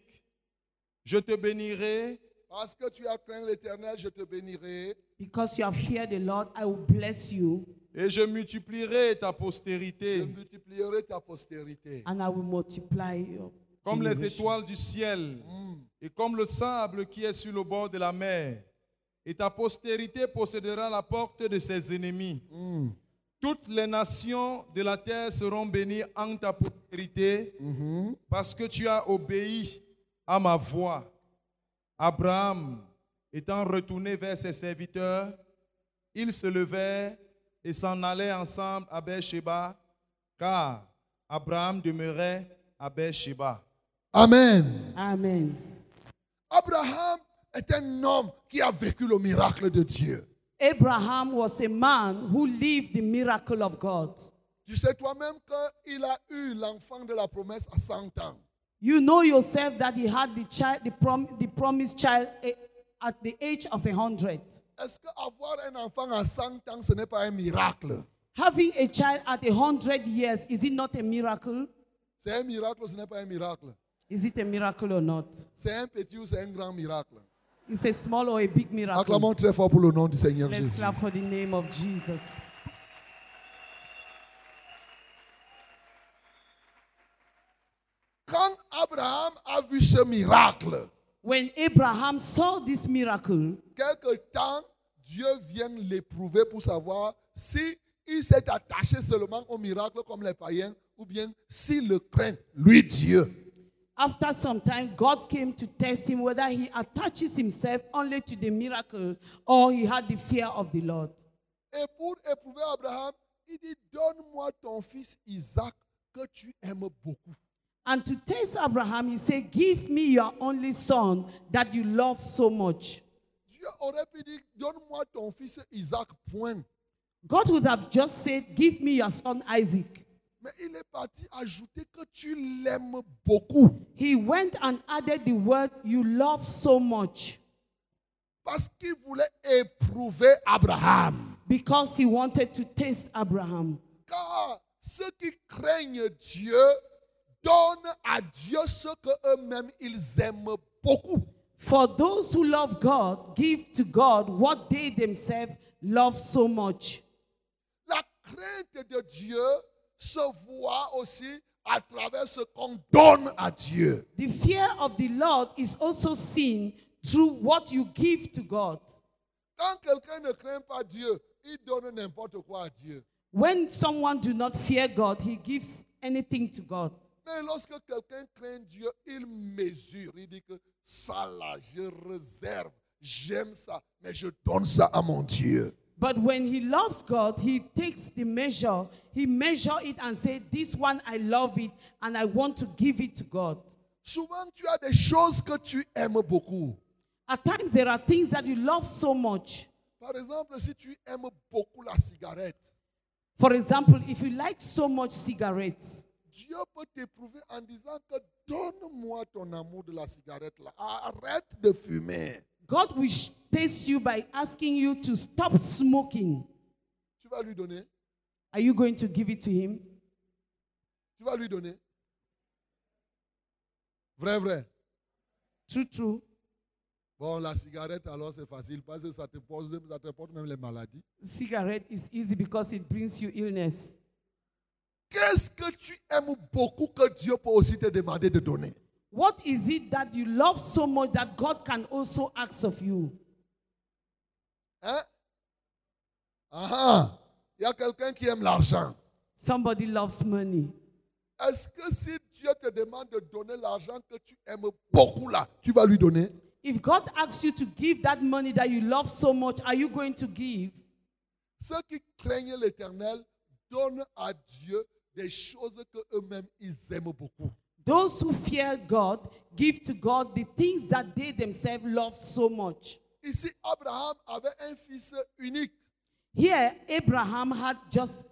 Speaker 3: je te bénirai
Speaker 1: Parce que tu as craint l'éternel, je te bénirai.
Speaker 2: Because you have feared the Lord, I will bless you
Speaker 3: et je multiplierai ta
Speaker 1: Je
Speaker 3: postérité
Speaker 1: multiplierai ta postérité.
Speaker 2: and I will multiply you.
Speaker 3: comme les étoiles du ciel et comme le sable qui est sur le bord de la mer. Et ta postérité possédera la porte de ses ennemis. Toutes les nations de la terre seront bénies en ta postérité parce que tu as obéi à ma voix. Abraham, étant retourné vers ses serviteurs, ils se levèrent et s'en allaient ensemble à Beersheba, car Abraham demeurait à Beersheba.
Speaker 1: Amen.
Speaker 2: Amen.
Speaker 1: Abraham est un homme qui a vécu le miracle de Dieu.
Speaker 2: Abraham was a man who lived the miracle of God.
Speaker 1: Tu sais toi-même qu'il a eu l'enfant de la promesse à 100 ans.
Speaker 2: You know yourself that he had the child, the, prom- the promised child eh, at the age of a hundred.
Speaker 1: Est-ce qu'avoir un enfant à 100 ans, ce n'est pas un miracle
Speaker 2: Having a child at a hundred years, is it not a miracle?
Speaker 1: C'est un miracle ou ce n'est pas un miracle
Speaker 2: Is it a miracle or not?
Speaker 1: C'est un petit ou c'est un grand miracle
Speaker 2: It's a small or a big miracle.
Speaker 1: Acclamons très fort pour le nom du Seigneur
Speaker 2: Let's
Speaker 1: Jésus.
Speaker 2: clap for the name of Jesus.
Speaker 1: Quand Abraham a vu ce miracle,
Speaker 2: When Abraham saw this miracle,
Speaker 1: quelque temps, Dieu vient l'éprouver pour savoir si il s'est attaché seulement au miracle comme les païens ou bien s'il le craint, lui Dieu.
Speaker 2: after some time, God came to test him whether he attaches himself only to the miracle or he had the fear of the Lord.
Speaker 1: Et pour éprouver Abraham, il dit, donne-moi ton fils Isaac que tu aimes beaucoup.
Speaker 2: And to test Abraham, he said, Give me your only son that you love so much.
Speaker 1: Dieu aurait pu dire, donne-moi ton fils Isaac, point.
Speaker 2: God would have just said, Give me your son Isaac.
Speaker 1: Mais il est parti ajouter que tu l'aimes beaucoup.
Speaker 2: He went and added the word you love so much
Speaker 1: Parce qu'il voulait éprouver Abraham.
Speaker 2: because he wanted to taste Abraham.
Speaker 1: Car ceux qui craignent Dieu donnent à Dieu ce que eux-mêmes ils aiment beaucoup.
Speaker 2: For those who love God, give to God what they themselves love so much.
Speaker 1: La crainte de Dieu se voit aussi à travers ce qu'on donne à Dieu.
Speaker 2: The fear of the Lord is also seen through what you give to God.
Speaker 1: Quand quelqu'un ne craint pas Dieu, il donne n'importe quoi à Dieu.
Speaker 2: When someone do not fear God, he gives anything to God.
Speaker 1: Mais lorsque quelqu'un craint Dieu, il mesure. Il dit que ça là, je réserve. J'aime ça, mais je donne ça à mon Dieu.
Speaker 2: But when he loves God, he takes the measure, he measure it and say, "This one I love it and I want to give it to God."
Speaker 1: Souvent, tu as des choses que tu aimes beaucoup.
Speaker 2: At times there are things that you love so much.
Speaker 1: Par exemple, si tu aimes beaucoup la cigarette,
Speaker 2: For example, if you like so much cigarettes,
Speaker 1: Dieu peut t'éprouver en disant que donne-moi ton amour de la cigarette là. Arrête de fumer.
Speaker 2: God will sh- test you by asking you to stop smoking.
Speaker 1: Tu vas lui donner.
Speaker 2: Are you going to give it to him?
Speaker 1: Tu vas lui donner. Vrai, vrai.
Speaker 2: True, true.
Speaker 1: Bon, la cigarette, alors, c'est facile parce que ça te, pose, ça te porte même les maladies.
Speaker 2: Cigarette is easy because it brings you illness.
Speaker 1: Qu'est-ce que tu aimes beaucoup que Dieu peut aussi te demander de donner
Speaker 2: What is it that you love so much that God can also ask of you?
Speaker 1: Hein Ah ah. Il y a quelqu'un qui aime l'argent.
Speaker 2: Somebody loves money.
Speaker 1: Est-ce que si Dieu te demande de donner l'argent que tu aimes beaucoup là, tu vas lui donner
Speaker 2: If God asks you to give that money that you love so much, are you going to give?
Speaker 1: Ceux qui craignent l'éternel donnent à Dieu des choses que eux-mêmes ils aiment beaucoup.
Speaker 2: Those who fear God give to God the things that they themselves love so much.
Speaker 1: Ici, Abraham avait un fils unique.
Speaker 2: Here, Abraham had just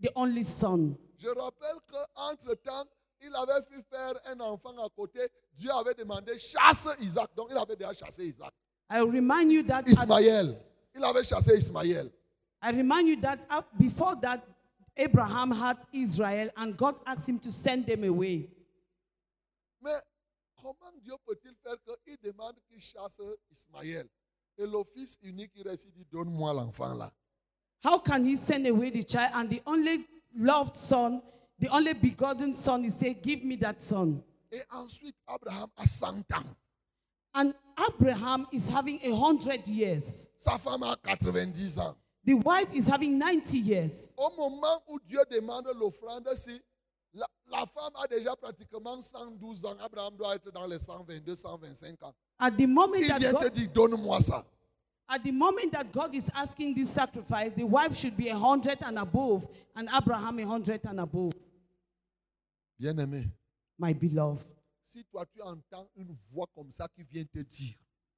Speaker 2: the only son.
Speaker 1: Je rappelle qu'entre-temps, il avait fait faire un enfant à côté. Dieu avait demandé chasse Isaac. Donc, il avait déjà chassé Isaac.
Speaker 2: I remind you that
Speaker 1: Ismaël. Il avait chassé Ismaël.
Speaker 2: I remind you that up- before that, Abraham had Israel, and God asked him to send them away.
Speaker 1: Mais comment Dieu peut-il faire qu'il demande qu'il chasse Ismaël Et le fils unique, il reste, il dit Donne-moi l'enfant là.
Speaker 2: How can he send away the child and the only loved son, the only begotten son? He said, "Give me that son."
Speaker 1: Et ensuite, Abraham a 100 ans.
Speaker 2: And Abraham is having a hundred years.
Speaker 1: Sa femme a 90 ans.
Speaker 2: The wife is having ninety years.
Speaker 1: Au moment où Dieu demande l'offrande, si la, la femme a déjà pratiquement 112 ans, Abraham doit être dans les 122, 125 ans.
Speaker 2: At the moment
Speaker 1: Il
Speaker 2: that
Speaker 1: vient te
Speaker 2: God,
Speaker 1: dire, donne-moi ça.
Speaker 2: at the moment that God is asking this sacrifice, the wife should be a hundred and above, and Abraham a hundred and above.
Speaker 1: Bien-aimé,
Speaker 2: My beloved,
Speaker 1: si toi tu entends une voix comme ça qui vient te dire,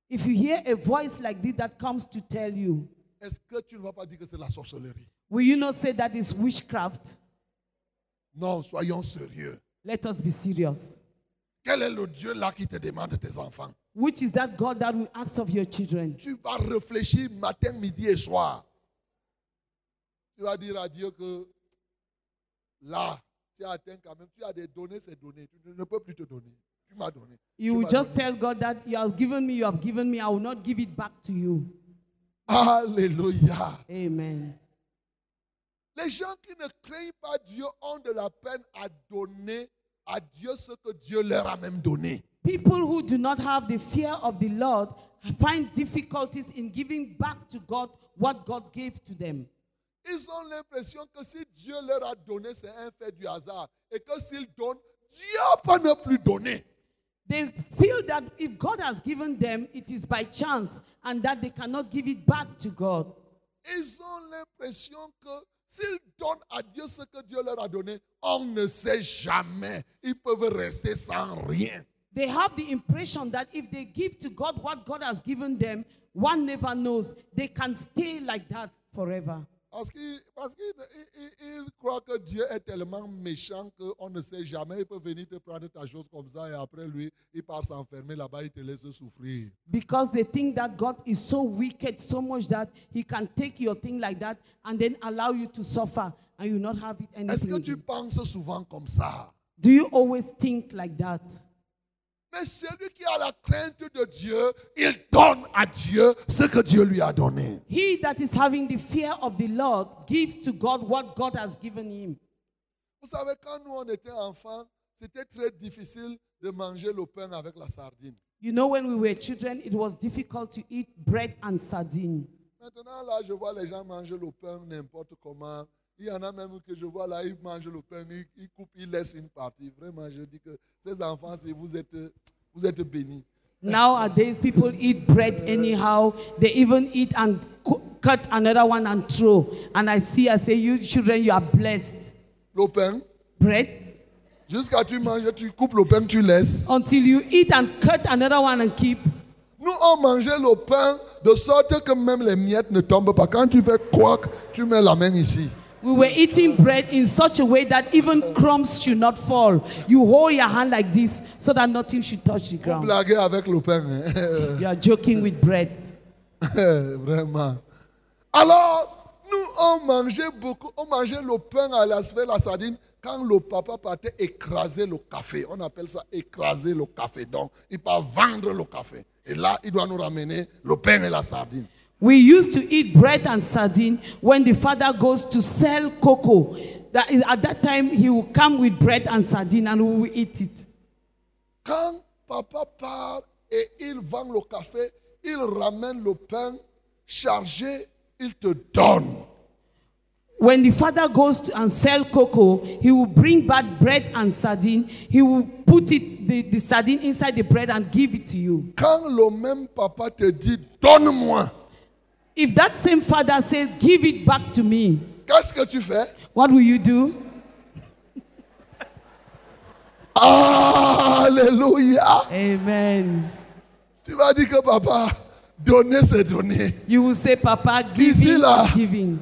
Speaker 2: if you hear a voice like this that comes to tell you,
Speaker 1: est-ce que tu ne vas pas dire que c'est la sorcellerie
Speaker 2: will you not say that is witchcraft?
Speaker 1: Non, soyons sérieux.
Speaker 2: Let us be serious.
Speaker 1: Quel est le Dieu là qui te demande tes enfants
Speaker 2: Which is that God that will ask of your children?
Speaker 1: Tu vas réfléchir matin, midi et soir. Tu vas dire à Dieu que là, tu as atteint quand même, tu as des données, c'est donné. Tu ne peux plus te donner. Tu m'as donné.
Speaker 2: You
Speaker 1: Tu
Speaker 2: will
Speaker 1: m'as
Speaker 2: just
Speaker 1: donné.
Speaker 2: tell God that you have given me, you have given me, I will not give it back to you.
Speaker 1: Alléluia.
Speaker 2: Amen.
Speaker 1: Les gens qui ne craignent pas Dieu ont de la peine à donner à Dieu ce que Dieu leur a même donné.
Speaker 2: People who do not have the fear of the Lord find difficulties in giving back to God what God gave to them.
Speaker 1: Ils ont l'impression que si Dieu leur a donné, c'est un fait du hasard. Et que s'ils donnent, Dieu peut ne plus donner.
Speaker 2: They feel that if God has given them, it is by chance and that they cannot give it back to God.
Speaker 1: Ils ont l'impression que s'ils donnent à Dieu ce que Dieu leur a donné, on ne sait jamais. Ils peuvent rester sans rien.
Speaker 2: They have the impression that if they give to God what God has given them, one never knows. They can stay like that forever.
Speaker 1: Parce qu'ils parce qu'ils- ils- ils- ils croient que Dieu est tellement méchant qu'on ne sait jamais. Il peut venir te prendre ta chose comme ça et après lui, il part s'enfermer là-bas, il te laisse souffrir.
Speaker 2: Because they think that God is so wicked so much that he can take your thing like that and then allow you to suffer and you not have it
Speaker 1: Est-ce
Speaker 2: anything.
Speaker 1: que tu
Speaker 2: again.
Speaker 1: penses souvent comme ça?
Speaker 2: Do you always think like that?
Speaker 1: Mais celui qui a la crainte de Dieu, il donne à Dieu ce que Dieu lui a donné.
Speaker 2: He that is having the fear of the Lord gives to God what God has given him.
Speaker 1: Vous savez, quand nous, on était enfants, c'était très difficile de manger le pain avec la sardine.
Speaker 2: You know, when we were children, it was difficult to eat bread and sardine.
Speaker 1: Maintenant, là, je vois les gens manger le pain n'importe comment. Il y en a même que je vois là, ils mangent le pain, ils, ils coupent, ils laissent une partie. Vraiment, je dis que ces enfants, si vous êtes, vous êtes bénis.
Speaker 2: Nowadays, people eat bread anyhow. They even eat and cu- cut another one and throw. And I see, I say, you children, you are blessed.
Speaker 1: Le pain,
Speaker 2: Bread,
Speaker 1: jusqu'à tu manges, tu coupes le pain, tu laisses.
Speaker 2: until you eat and cut another one and keep.
Speaker 1: Nous, on mangeait le pain de sorte que même les miettes ne tombent pas. Quand tu fais croque, tu mets la main ici.
Speaker 2: We were eating bread in such a way that even crumbs should not fall. You hold your hand like this so that nothing should touch the ground.
Speaker 1: Blaguer avec le pain. hein.
Speaker 2: You are joking with bread.
Speaker 1: Vraiment. Alors, nous, on mangeait beaucoup. On mangeait le pain à la sphère, la sardine, quand le papa partait écraser le café. On appelle ça écraser le café. Donc, il part vendre le café. Et là, il doit nous ramener le pain et la sardine.
Speaker 2: We used to eat bread and sardine when the father goes to sell cocoa. That is, at that time, he will come with bread and sardine and we will eat it.
Speaker 1: Quand papa part et il vend le café, il ramène le pain chargé, il te donne.
Speaker 2: When the father goes to and sell cocoa, he will bring back bread and sardine. He will put it, the, the sardine inside the bread and give it to you.
Speaker 1: Quand le même papa te dit, donne-moi,
Speaker 2: If that same father says, give it back to me,
Speaker 1: qu'est-ce que tu fais
Speaker 2: what will you do?
Speaker 1: Alléluia.
Speaker 2: Amen.
Speaker 1: Tu vas dire que papa, donner c'est donner.
Speaker 2: You will say, Papa,
Speaker 1: Ici,
Speaker 2: giving
Speaker 1: là.
Speaker 2: is giving.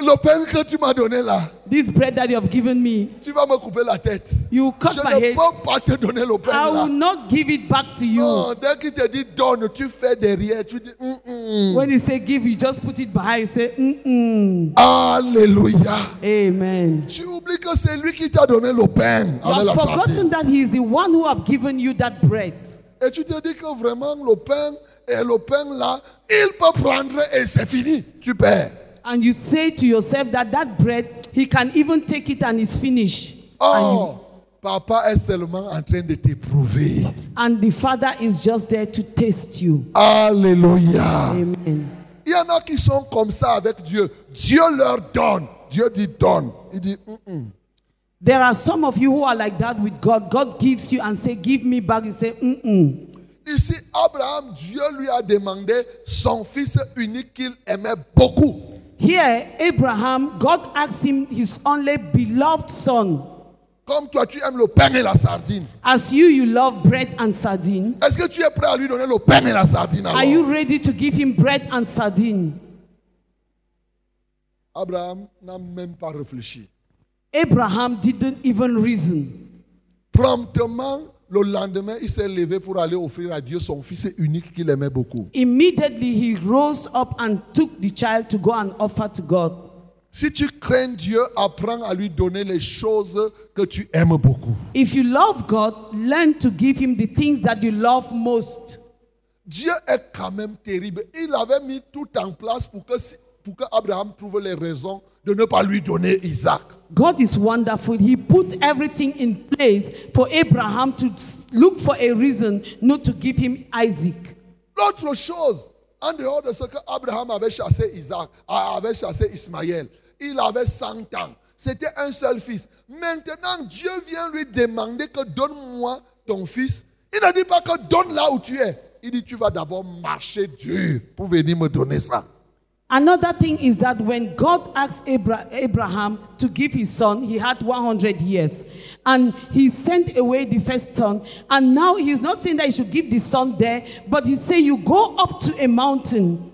Speaker 1: Et le pain que tu m'as donné là,
Speaker 2: This bread that you have given me,
Speaker 1: tu vas me couper la tête.
Speaker 2: you will cut
Speaker 1: Je
Speaker 2: my
Speaker 1: ne
Speaker 2: head.
Speaker 1: peux pas te donner le pain
Speaker 2: I
Speaker 1: là.
Speaker 2: will not give it back to you.
Speaker 1: Non, dès qu'il te dit donne, tu fais derrière, tu dis Hum, hum.
Speaker 2: When he say give, you just put it behind. You say, mm-mm.
Speaker 1: Alléluia.
Speaker 2: Amen.
Speaker 1: Tu oublies que c'est lui qui t'a donné le pain
Speaker 2: You
Speaker 1: avec la
Speaker 2: have
Speaker 1: sardine.
Speaker 2: forgotten that he is the one who have given you that bread.
Speaker 1: Et tu te dis que vraiment le pain et le pain là, il peut prendre et c'est fini. Tu perds.
Speaker 2: And you say to yourself that that bread, he can even take it and it's finished.
Speaker 1: Oh, papa est seulement en train de t'éprouver.
Speaker 2: And the father is just there to test you.
Speaker 1: Alléluia.
Speaker 2: Amen.
Speaker 1: Il y en a qui sont comme ça avec Dieu. Dieu leur donne. Dieu dit donne. Il dit hum, hum.
Speaker 2: There are some of you who are like that with God. God gives you and say, give me back. You say, mm-mm.
Speaker 1: mm. Ici, Abraham, Dieu lui a demandé son fils unique qu'il aimait beaucoup.
Speaker 2: Here, Abraham, God asks him his only beloved son.
Speaker 1: Comme toi, tu aimes le pain et la sardine.
Speaker 2: As you, you love bread and sardine.
Speaker 1: Est-ce que tu es prêt à lui donner le pain et la sardine alors
Speaker 2: Are you ready to give him bread and sardine?
Speaker 1: Abraham n'a même pas réfléchi.
Speaker 2: Abraham didn't even reason.
Speaker 1: Promptement, le lendemain, il s'est levé pour aller offrir à Dieu son fils unique qu'il aimait beaucoup.
Speaker 2: Immediately he rose up and took the child to go and offer to God.
Speaker 1: Si tu crains Dieu, apprends à lui donner les choses que tu aimes beaucoup.
Speaker 2: If you love God, learn to give him the things that you love most.
Speaker 1: Dieu est quand même terrible. Il avait mis tout en place pour que, si- pour que Abraham trouve les raisons de ne pas lui donner Isaac.
Speaker 2: God is wonderful. He put everything in place for Abraham to look for a reason not to give him Isaac.
Speaker 1: L'autre chose, en dehors de ce que Abraham avait chassé Isaac, ah, avait chassé Ismaël, il avait 100 ans. C'était un seul fils. Maintenant, Dieu vient lui demander que donne-moi ton fils. Il ne dit pas que donne là où tu es. Il dit, tu vas d'abord marcher dur pour venir me donner ça.
Speaker 2: Another thing is that when God asked Abra- Abraham to give his son, he had 100 years. And he sent away the first son. And now he's not saying that he should give the son there, but he say You go up to a mountain.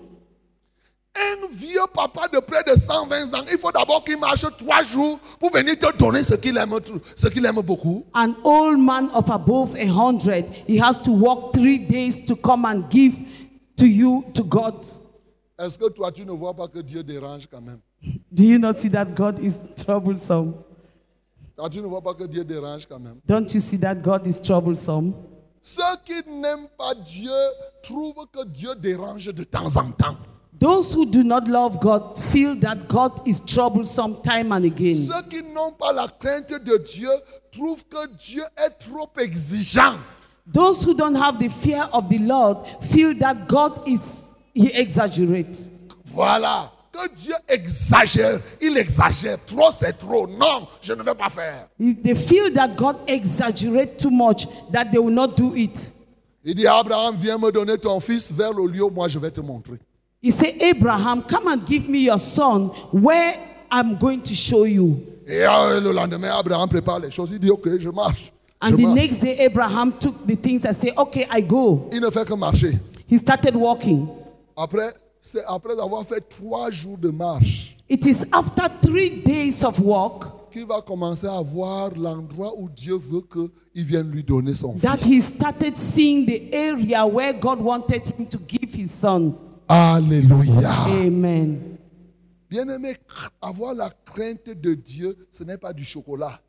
Speaker 1: Un vieux papa de près de 120 ans, il faut d'abord qu'il marche trois jours pour venir te donner ce qu'il aime, tr- ce qu'il aime beaucoup.
Speaker 2: An old man of above a 100, he has to walk three days to come and give to you, to God.
Speaker 1: Est-ce que toi, tu ne vois pas que Dieu dérange quand même
Speaker 2: Do you not see that God is troublesome?
Speaker 1: Toi, tu ne vois pas que Dieu dérange quand même
Speaker 2: Don't you see that God is troublesome?
Speaker 1: Ceux qui n'aiment pas Dieu trouvent que Dieu dérange de temps en temps.
Speaker 2: Those who do not love God feel that God is troublesome time and again.
Speaker 1: Ceux qui n'ont pas la crainte de Dieu trouvent que Dieu est trop exigeant.
Speaker 2: Those who don't have the fear of the Lord feel that God is, he exaggerates.
Speaker 1: Voilà. Que Dieu exagère. Il exagère. Trop, c'est trop. Non, je ne vais pas faire.
Speaker 2: They feel that God exaggerates too much that they will not do it.
Speaker 1: Il dit, Abraham, viens me donner ton fils vers le lieu où moi je vais te montrer.
Speaker 2: He said, Abraham, come and give me your son where I'm going to show you.
Speaker 1: Et euh, le lendemain, Abraham prépare les choses. Il dit, ok, je marche. Je
Speaker 2: And the
Speaker 1: marche.
Speaker 2: next day, Abraham took the things and said, Okay, I go.
Speaker 1: Il ne fait que marcher.
Speaker 2: He started walking.
Speaker 1: Après, c'est après avoir fait trois jours de marche
Speaker 2: It is after three days of walk
Speaker 1: qu'il va commencer à voir l'endroit où Dieu veut qu'il vienne lui donner son
Speaker 2: that
Speaker 1: fils.
Speaker 2: he started seeing the area where God wanted him to give his son.
Speaker 1: Alléluia.
Speaker 2: Amen.
Speaker 1: Bien-aimé, cr- avoir la crainte de Dieu, ce n'est pas du chocolat.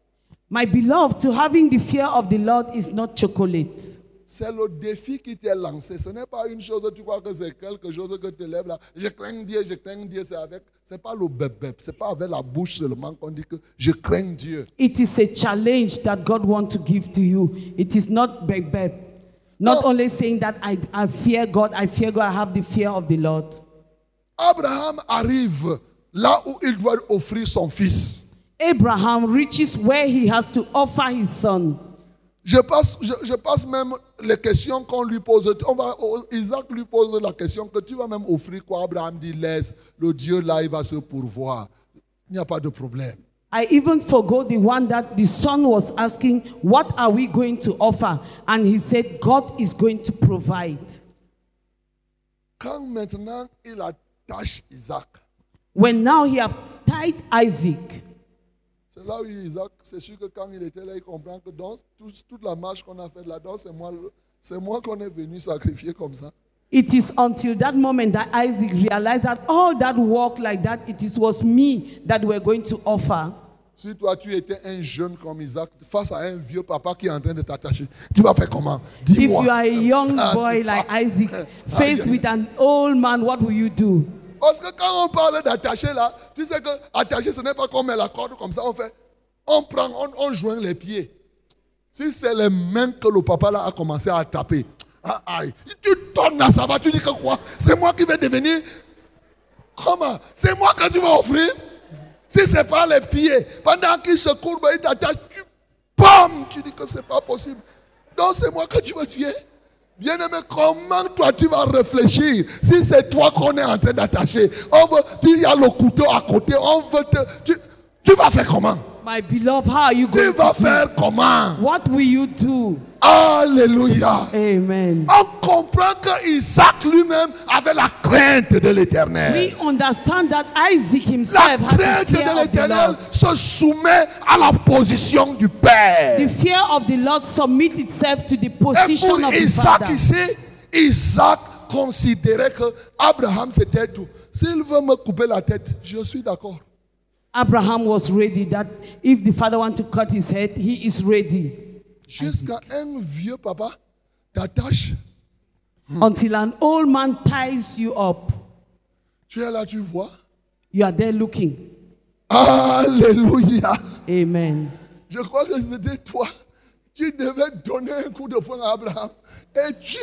Speaker 2: My beloved, to having the fear of the Lord is not chocolate.
Speaker 1: C'est le défi qui t'est lancé. Ce n'est pas une chose, tu crois que c'est quelque chose que tu lèves là. Je crains Dieu, je crains Dieu. C'est avec, c'est pas le bébé, c'est pas avec la bouche seulement qu'on dit que je crains Dieu.
Speaker 2: It is a challenge that God wants to give to you. It is not beg beg. Not
Speaker 1: No.
Speaker 2: only saying that I, I fear God, I fear God, I have the fear of the Lord.
Speaker 1: Abraham arrive là où il doit offrir son fils.
Speaker 2: Abraham reaches where he has to offer his son.
Speaker 1: Je passe, je, je passe même les questions qu'on lui pose. On va, Isaac lui pose la question que tu vas même offrir quoi. Abraham dit laisse, le Dieu là, il va se pourvoir. Il n'y a pas de problème.
Speaker 2: I even forgot the one that the son was asking, What are we going to offer? And he said, God is going to provide.
Speaker 1: Quand maintenant il attache Isaac,
Speaker 2: When now he have tied Isaac,
Speaker 1: c'est là où Isaac, c'est sûr que quand il était là, il comprend que dans tout- toute la marche qu'on a faite là-dedans, c'est moi, le- c'est moi qu'on est venu sacrifier comme ça.
Speaker 2: it is until that moment that Isaac realized that all that work like that, it is, was me that we're going to offer.
Speaker 1: Si toi tu étais un jeune comme Isaac, face à un vieux papa qui est en train de t'attacher, tu vas faire comment
Speaker 2: If
Speaker 1: Dis-moi.
Speaker 2: you are a young
Speaker 1: Ah,
Speaker 2: boy
Speaker 1: tu-
Speaker 2: like
Speaker 1: ah.
Speaker 2: Isaac,
Speaker 1: Ah,
Speaker 2: faced
Speaker 1: yeah.
Speaker 2: with an old man, what will you do?
Speaker 1: Parce que quand on parle d'attacher là, tu sais que attacher ce n'est pas qu'on met la corde comme ça, on fait, on prend, on, on joint les pieds. Si c'est les mains que le papa là a commencé à taper, ah, aïe, tu tournes là, ça va, tu dis que quoi C'est moi qui vais devenir. Comment C'est moi que tu vas offrir Si c'est pas les pieds, pendant qu'il se courbe, il t'attache, tu pommes, tu dis que c'est pas possible. Donc c'est moi que tu veux tuer Bien-aimé, comment toi tu vas réfléchir si c'est toi qu'on est en train d'attacher On veut, tu- il y a le couteau à côté, on veut te, tu, tu vas faire comment
Speaker 2: My beloved, how are you
Speaker 1: Tu
Speaker 2: going
Speaker 1: vas
Speaker 2: to do?
Speaker 1: faire comment
Speaker 2: What will you do?
Speaker 1: Alléluia.
Speaker 2: Amen.
Speaker 1: On comprend que Isaac lui-même avait la crainte de l'éternel.
Speaker 2: We understand that Isaac
Speaker 1: La
Speaker 2: himself had
Speaker 1: crainte
Speaker 2: the fear
Speaker 1: de
Speaker 2: of the
Speaker 1: l'éternel
Speaker 2: Lord.
Speaker 1: se soumet à la position du Père.
Speaker 2: The fear of the Lord submit itself to the
Speaker 1: Et
Speaker 2: position
Speaker 1: pour
Speaker 2: of the
Speaker 1: Isaac
Speaker 2: Father.
Speaker 1: ici, Isaac considérait que Abraham c'était tout. S'il veut me couper la tête, je suis d'accord.
Speaker 2: Abraham was ready that if the father want to cut his head, he is ready.
Speaker 1: Jusqu'à un vieux papa t'attache. Hmm.
Speaker 2: Until an old man ties you up,
Speaker 1: Tu es là, tu vois.
Speaker 2: you are there looking.
Speaker 1: Alléluia.
Speaker 2: Amen.
Speaker 1: Je crois que c'était toi. Tu devais donner un coup de poing à Abraham. Et tu,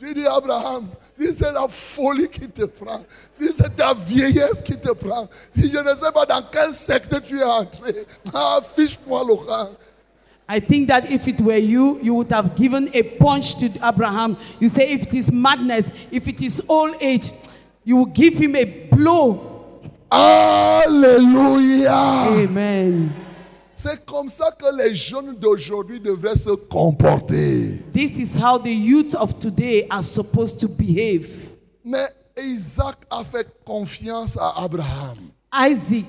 Speaker 1: tu dis Abraham, si c'est la folie qui te prend, si c'est ta vieillesse qui te prend, si je ne sais pas dans quel secte tu es entré, affiche-moi le rang.
Speaker 2: I think that if it were you, you would have given a punch to Abraham. You say, if it is madness, if it is old age, You will give him a blow.
Speaker 1: Alléluia.
Speaker 2: Amen.
Speaker 1: C'est comme ça que les jeunes d'aujourd'hui devraient se comporter.
Speaker 2: This is how the youth of today are supposed to behave.
Speaker 1: Mais Isaac a fait confiance à Abraham.
Speaker 2: Isaac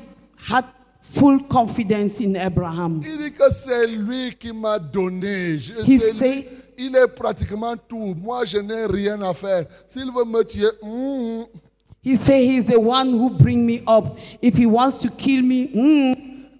Speaker 2: had full confidence in Abraham.
Speaker 1: Il dit que c'est lui qui m'a donné. Je-
Speaker 2: He
Speaker 1: c'est lui.
Speaker 2: say-
Speaker 1: Il est pratiquement tout. Moi, je n'ai rien à faire. S'il veut me tuer, hum, hum.
Speaker 2: He say he's the one who bring me up. If he wants to kill me, mm,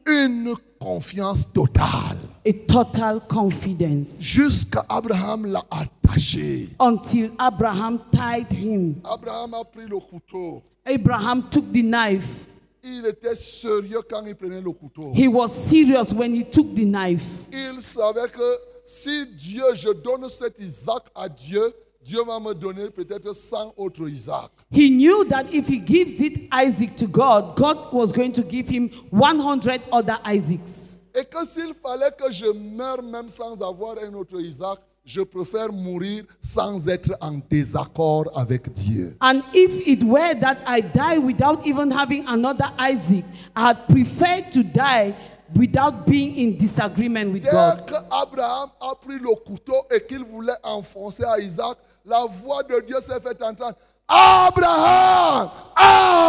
Speaker 1: une confiance totale.
Speaker 2: a total confidence.
Speaker 1: Jusqu'à Abraham l'a attaché.
Speaker 2: Until Abraham tied him.
Speaker 1: Abraham a pris le couteau.
Speaker 2: Abraham took the knife.
Speaker 1: Il était sérieux quand il prenait le couteau.
Speaker 2: He was serious when he took the knife.
Speaker 1: Il savait que si Dieu, je donne cet Isaac à Dieu, Dieu va me donner peut-être 100 autres Isaac.
Speaker 2: He knew that if he gives it Isaac to God, God was going to give him 100 other Isaacs.
Speaker 1: Et que s'il fallait que je meure même sans avoir un autre Isaac, je préfère mourir sans être en désaccord avec Dieu.
Speaker 2: And if it were that I die without even having another Isaac, I had preferred to die without being in disagreement with
Speaker 1: Dès
Speaker 2: God.
Speaker 1: que Abraham a pris le couteau et qu'il voulait enfoncer à Isaac, la voix de Dieu s'est fait entendre. Abraham!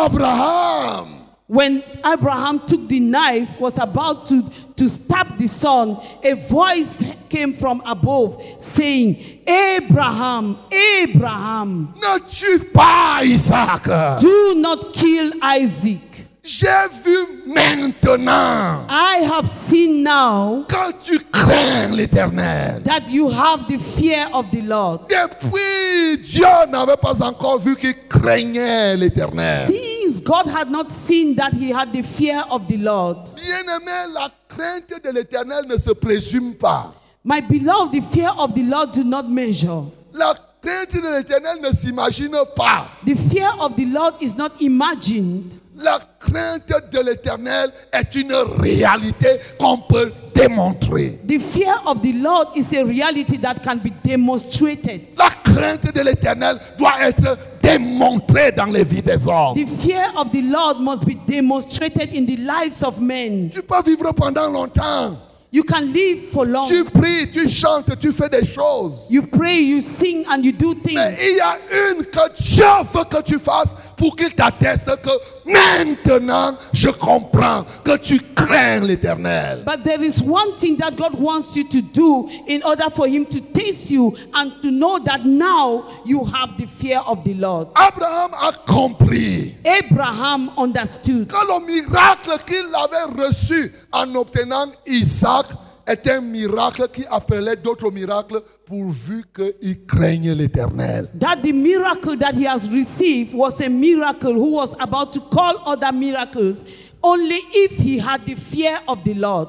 Speaker 1: Abraham!
Speaker 2: When Abraham took the knife, was about to, to stab the son, a voice came from above saying, Abraham, Abraham,
Speaker 1: Ne tue pas Isaac!
Speaker 2: do not kill Isaac.
Speaker 1: J'ai vu maintenant
Speaker 2: I have seen now
Speaker 1: quand tu crains l'éternel.
Speaker 2: that you have the fear of the Lord.
Speaker 1: Depuis, Dieu n'avait pas encore vu qu'il craignait l'éternel.
Speaker 2: Since God had not seen that he had the fear of the Lord.
Speaker 1: Bien-aimé, la crainte de l'éternel ne se présume pas.
Speaker 2: My beloved, the fear of the Lord do not measure.
Speaker 1: La crainte de l'éternel ne s'imagine pas.
Speaker 2: The fear of the Lord is not imagined.
Speaker 1: La crainte de l'éternel est une réalité qu'on peut démontrer.
Speaker 2: The fear of the Lord is a reality that can be demonstrated.
Speaker 1: La crainte de l'éternel doit être démontrée dans les vies des hommes.
Speaker 2: The fear of the Lord must be demonstrated in the lives of men.
Speaker 1: Tu peux vivre pendant longtemps.
Speaker 2: You can live for long.
Speaker 1: Tu pries, tu chantes, tu fais des choses.
Speaker 2: You pray, you sing, and you do
Speaker 1: Mais
Speaker 2: things.
Speaker 1: il y a une que Dieu veut que tu fasses pour qu'il t'atteste que maintenant je comprends que tu crains l'éternel.
Speaker 2: But there is one thing that God wants you to do in order for Him to taste you and to know that now you have the fear of the Lord.
Speaker 1: Abraham a compris
Speaker 2: Abraham understood
Speaker 1: que le miracle qu'il avait reçu en obtenant Isaac est un miracle qui appelait d'autres miracles pourvu qu'il craigne l'éternel.
Speaker 2: that the miracle that he has received was a miracle who was about to call other miracles only if he had the fear of the Lord.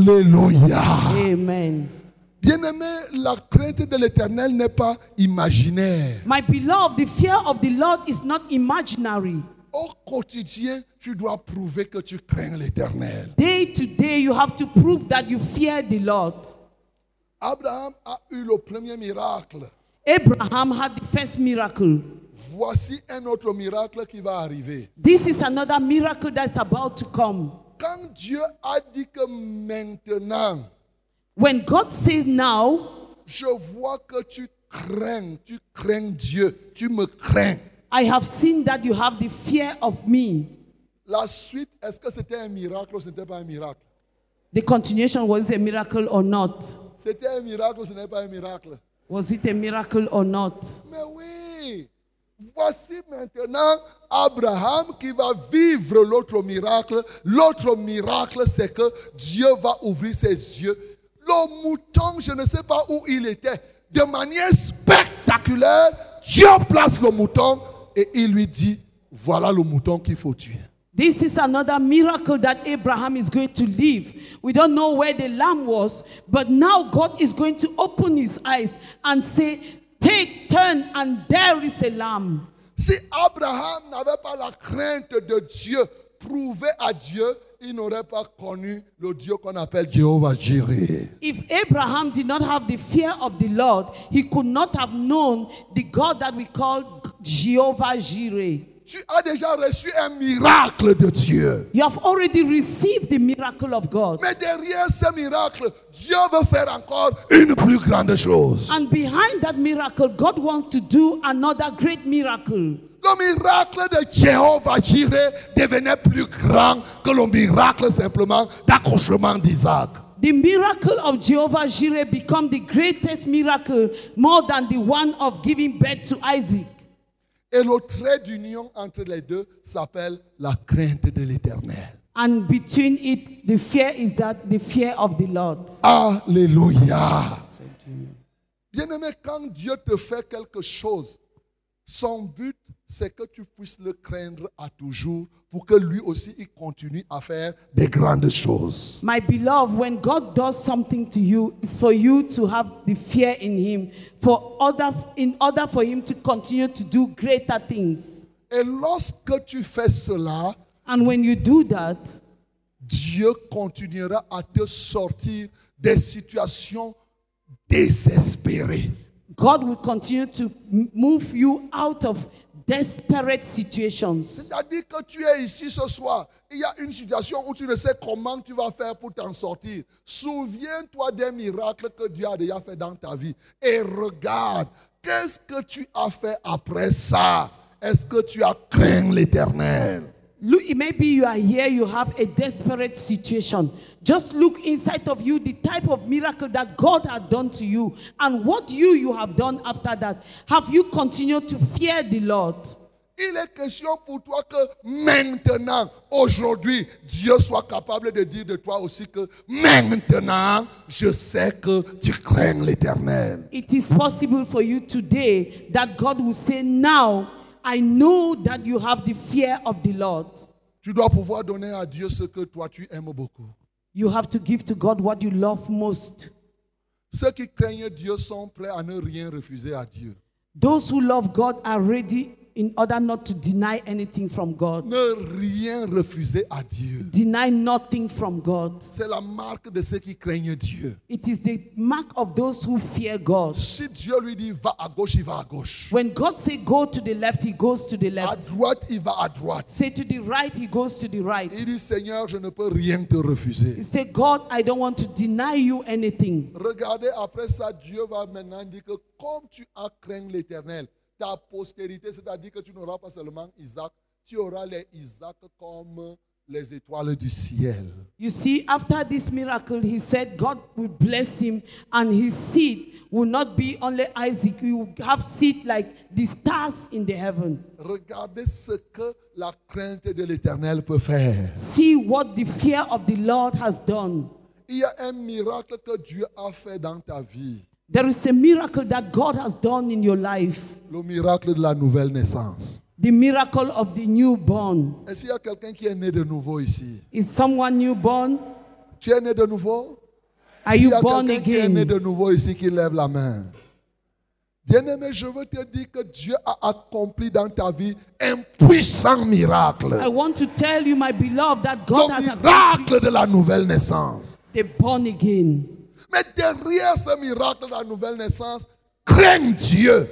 Speaker 1: Alléluia.
Speaker 2: Amen.
Speaker 1: Bien-aimé, la crainte de l'éternel n'est pas imaginaire.
Speaker 2: My beloved, the fear of the Lord is not imaginary.
Speaker 1: Au quotidien, tu dois prouver que tu crains l'éternel.
Speaker 2: Day to day, you have to prove that you fear the Lord.
Speaker 1: Abraham a eu le premier miracle.
Speaker 2: Abraham had the first miracle.
Speaker 1: Voici un autre miracle qui va arriver.
Speaker 2: This is another miracle that's about to come.
Speaker 1: Quand Dieu a dit que maintenant,
Speaker 2: When God says now,
Speaker 1: je vois que tu crains, tu crains Dieu, tu me crains.
Speaker 2: I have seen that you have the fear of me.
Speaker 1: La suite, est-ce que c'était un miracle ou ce n'était pas un miracle
Speaker 2: The continuation was a miracle or not?
Speaker 1: C'était un miracle ou ce n'était pas un miracle
Speaker 2: Was it a miracle or not?
Speaker 1: Mais oui, voici maintenant Abraham qui va vivre l'autre miracle. L'autre miracle, c'est que Dieu va ouvrir ses yeux. Le mouton, je ne sais pas où il était. De manière spectaculaire, Dieu place le mouton et il lui dit, voilà le mouton qu'il faut tuer.
Speaker 2: This is another miracle that Abraham is going to live. We don't know where the lamb was, but now God is going to open his eyes and say, Take turn, and there is a lamb.
Speaker 1: Si Abraham n'avait pas la crainte de Dieu prouvée à Dieu, il n'aurait pas connu le Dieu qu'on appelle Jéhovah Jireh.
Speaker 2: If Abraham did not have the fear of the Lord, he could not have known the God that we call Jehovah Jireh.
Speaker 1: Tu as déjà reçu un miracle de Dieu.
Speaker 2: You have already received the miracle of God.
Speaker 1: Mais derrière ce miracle, Dieu veut faire encore une plus grande chose.
Speaker 2: And behind that miracle, God wants to do another great miracle.
Speaker 1: Le miracle de Jéhovah Jireh devenait plus grand que le miracle simplement d'accouchement d'Isaac.
Speaker 2: The miracle of Jehovah Jireh become the greatest miracle more than the one of giving birth to Isaac.
Speaker 1: Et le trait d'union entre les deux s'appelle la crainte de l'éternel.
Speaker 2: And between it, the fear is that the fear of the Lord.
Speaker 1: Alléluia. Bien-aimé, quand Dieu te fait quelque chose, son but, c'est que tu puisses le craindre à toujours pour que lui aussi, il continue à faire des grandes choses.
Speaker 2: My beloved, when God does something to you, it's for you to have the fear in Him, for other, in order for Him to continue to do greater things.
Speaker 1: Et lorsque tu fais cela,
Speaker 2: And when you do that,
Speaker 1: Dieu continuera à te sortir des situations désespérées.
Speaker 2: God will continue to m- move you out of desperate situations.
Speaker 1: C'est-à-dire que tu es ici ce soir, il y a une situation où tu ne sais comment tu vas faire pour t'en sortir. Souviens-toi des miracles que Dieu a déjà fait dans ta vie et regarde, qu'est-ce que tu as fait après ça Est-ce que tu as craint l'Éternel
Speaker 2: Look, it may be you are here, you have a desperate situation. Just look inside of you the type of miracle that God had done to you and what you you have done after that. Have you continued to fear the Lord?
Speaker 1: Il est question pour toi que maintenant, aujourd'hui, Dieu soit capable de dire de toi aussi que maintenant, je sais que tu crains l'Éternel.
Speaker 2: It is possible for you today that God will say, Now I know that you have the fear of the Lord.
Speaker 1: Tu dois pouvoir donner à Dieu ce que toi tu aimes beaucoup.
Speaker 2: You have to give to God what you love most.
Speaker 1: Ceux qui craignent Dieu sont prêts à ne rien refuser à Dieu.
Speaker 2: Those who love God are ready in order not to deny anything from God.
Speaker 1: Ne rien refuser à Dieu.
Speaker 2: Deny nothing from God.
Speaker 1: C'est la marque de ceux qui craignent Dieu.
Speaker 2: It is the mark of those who fear God.
Speaker 1: Si Dieu lui dit va à gauche, il va à gauche.
Speaker 2: When God say go to the left, he goes to the
Speaker 1: À
Speaker 2: left.
Speaker 1: droite, il va à droite.
Speaker 2: Say to the right, he goes to the right.
Speaker 1: Il dit Seigneur, je ne peux rien te
Speaker 2: He
Speaker 1: refuser.
Speaker 2: say, God, I don't want to deny you anything.
Speaker 1: Regardez après ça, Dieu va maintenant dire que comme tu as craint l'Éternel, ta postérité, c'est-à-dire que tu n'auras pas seulement Isaac, tu auras les Isaac comme les étoiles du ciel.
Speaker 2: You see, after this miracle, he said God will bless him, and his seed will not be only Isaac. He will have seed like the stars in the heaven.
Speaker 1: Regardez ce que la crainte de l'Éternel peut faire.
Speaker 2: See what the fear of the Lord has done.
Speaker 1: Il y a un miracle que Dieu a fait dans ta vie.
Speaker 2: There is a miracle that God has done in your life.
Speaker 1: Le miracle de la nouvelle naissance.
Speaker 2: The miracle of the newborn.
Speaker 1: Et s'il y a quelqu'un qui est né de nouveau ici,
Speaker 2: Is someone newborn?
Speaker 1: tu es né de nouveau
Speaker 2: Are
Speaker 1: S'il y
Speaker 2: you
Speaker 1: a
Speaker 2: born
Speaker 1: quelqu'un qui est né
Speaker 2: again?
Speaker 1: de nouveau ici qui lève la main. Bien-aimé, je veux te dire que Dieu a accompli dans ta vie un puissant
Speaker 2: I
Speaker 1: miracle.
Speaker 2: want to tell you, my beloved, that God
Speaker 1: Le
Speaker 2: has accomplished
Speaker 1: miracle de la nouvelle naissance.
Speaker 2: the born again.
Speaker 1: Mais derrière ce miracle de la nouvelle naissance, crains Dieu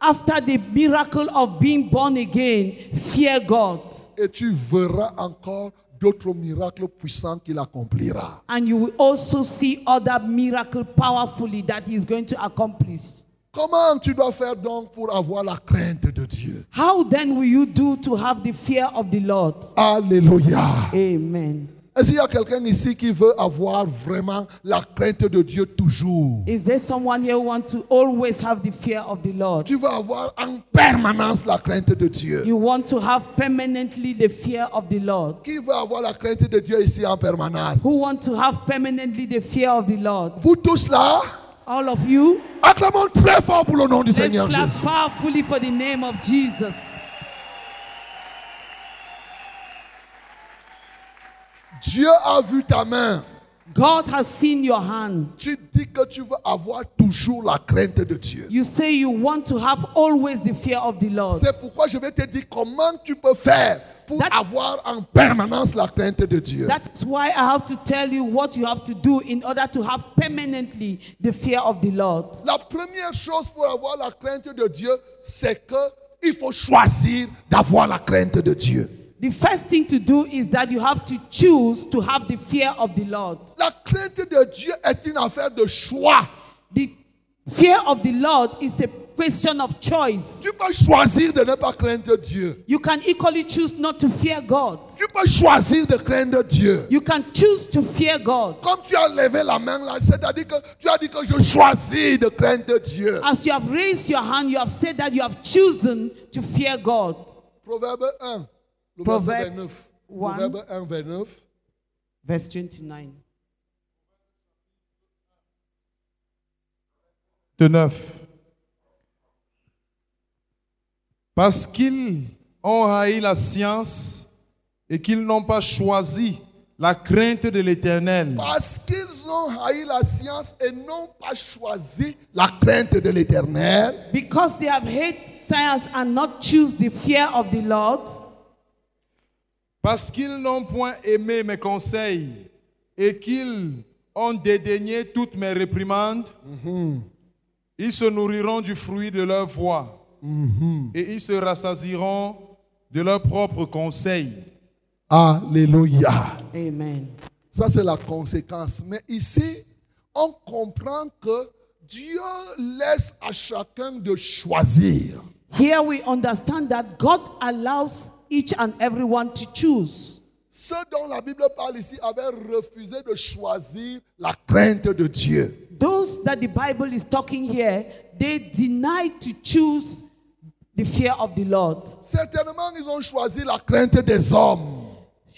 Speaker 2: After the miracle of being born again, fear God.
Speaker 1: et tu verras encore d'autres miracles puissants qu'il accomplira.
Speaker 2: And you will also see other miracle powerfully that He's going to accomplish.
Speaker 1: Comment tu dois faire donc pour avoir la crainte de Dieu
Speaker 2: How then will you do to have the fear of the Lord?
Speaker 1: Alléluia.
Speaker 2: Amen.
Speaker 1: Est-ce qu'il y a quelqu'un ici qui veut avoir vraiment la crainte de Dieu toujours
Speaker 2: Is there someone here who want to always have the fear of the Lord?
Speaker 1: Tu veux avoir en permanence la crainte de Dieu.
Speaker 2: You want to have permanently the fear of the Lord.
Speaker 1: Qui veut avoir la crainte de Dieu ici en permanence
Speaker 2: Who want to have permanently the fear of the Lord?
Speaker 1: Vous tous là,
Speaker 2: All of you,
Speaker 1: acclamons très fort pour le nom du
Speaker 2: let's
Speaker 1: Seigneur
Speaker 2: clap
Speaker 1: Jésus.
Speaker 2: powerfully for the name of Jesus.
Speaker 1: Dieu a vu ta main.
Speaker 2: God has seen your hand.
Speaker 1: Tu dis que tu veux avoir toujours la crainte de Dieu.
Speaker 2: You say you want to have always the fear of the Lord.
Speaker 1: C'est pourquoi je vais te dire comment tu peux faire pour
Speaker 2: That-
Speaker 1: avoir en permanence la crainte de Dieu.
Speaker 2: That's why I have to tell you what you have to do in order to have permanently the fear of the Lord.
Speaker 1: La première chose pour avoir la crainte de Dieu, c'est que il faut choisir d'avoir la crainte de Dieu.
Speaker 2: The first thing to do is that you have to choose to have the fear of the Lord.
Speaker 1: La crainte de Dieu est une affaire de choix.
Speaker 2: The fear of the Lord is a question of choice.
Speaker 1: Tu peux choisir de ne pas craindre Dieu.
Speaker 2: You can equally choose not to fear God.
Speaker 1: Tu peux choisir de craindre Dieu.
Speaker 2: You can choose to fear God.
Speaker 1: Comme tu as levé la main là, c'est-à-dire que tu as dit que je choisis de craindre Dieu.
Speaker 2: As you have raised your hand, you have said that you have chosen to fear God.
Speaker 1: Proverbe 1, le
Speaker 2: Proverbe
Speaker 1: verset 29.
Speaker 2: one.
Speaker 1: Proverbe 1, 29.
Speaker 2: Verse 29.
Speaker 3: 29. Parce qu'ils ont haï la science et qu'ils n'ont pas choisi la crainte de l'Éternel.
Speaker 1: Parce qu'ils ont haï la science et n'ont pas choisi la crainte de l'éternel,
Speaker 2: Because they have hate science and not choose the fear of the Lord,
Speaker 3: Parce qu'ils n'ont point aimé mes conseils et qu'ils ont dédaigné toutes mes réprimandes, ils se nourriront du fruit de leur voix et ils se rassasiront de leurs propres conseils.
Speaker 1: Alléluia.
Speaker 2: amen.
Speaker 1: Ça, c'est la conséquence. Mais ici, on comprend que Dieu laisse à chacun de choisir.
Speaker 2: Here we understand that God allows each and everyone to choose.
Speaker 1: Ceux dont la Bible parle ici avaient refusé de choisir la crainte de Dieu.
Speaker 2: Those that the Bible is talking here, they denied to choose the fear of the Lord.
Speaker 1: Certainement, ils ont choisi la crainte des hommes.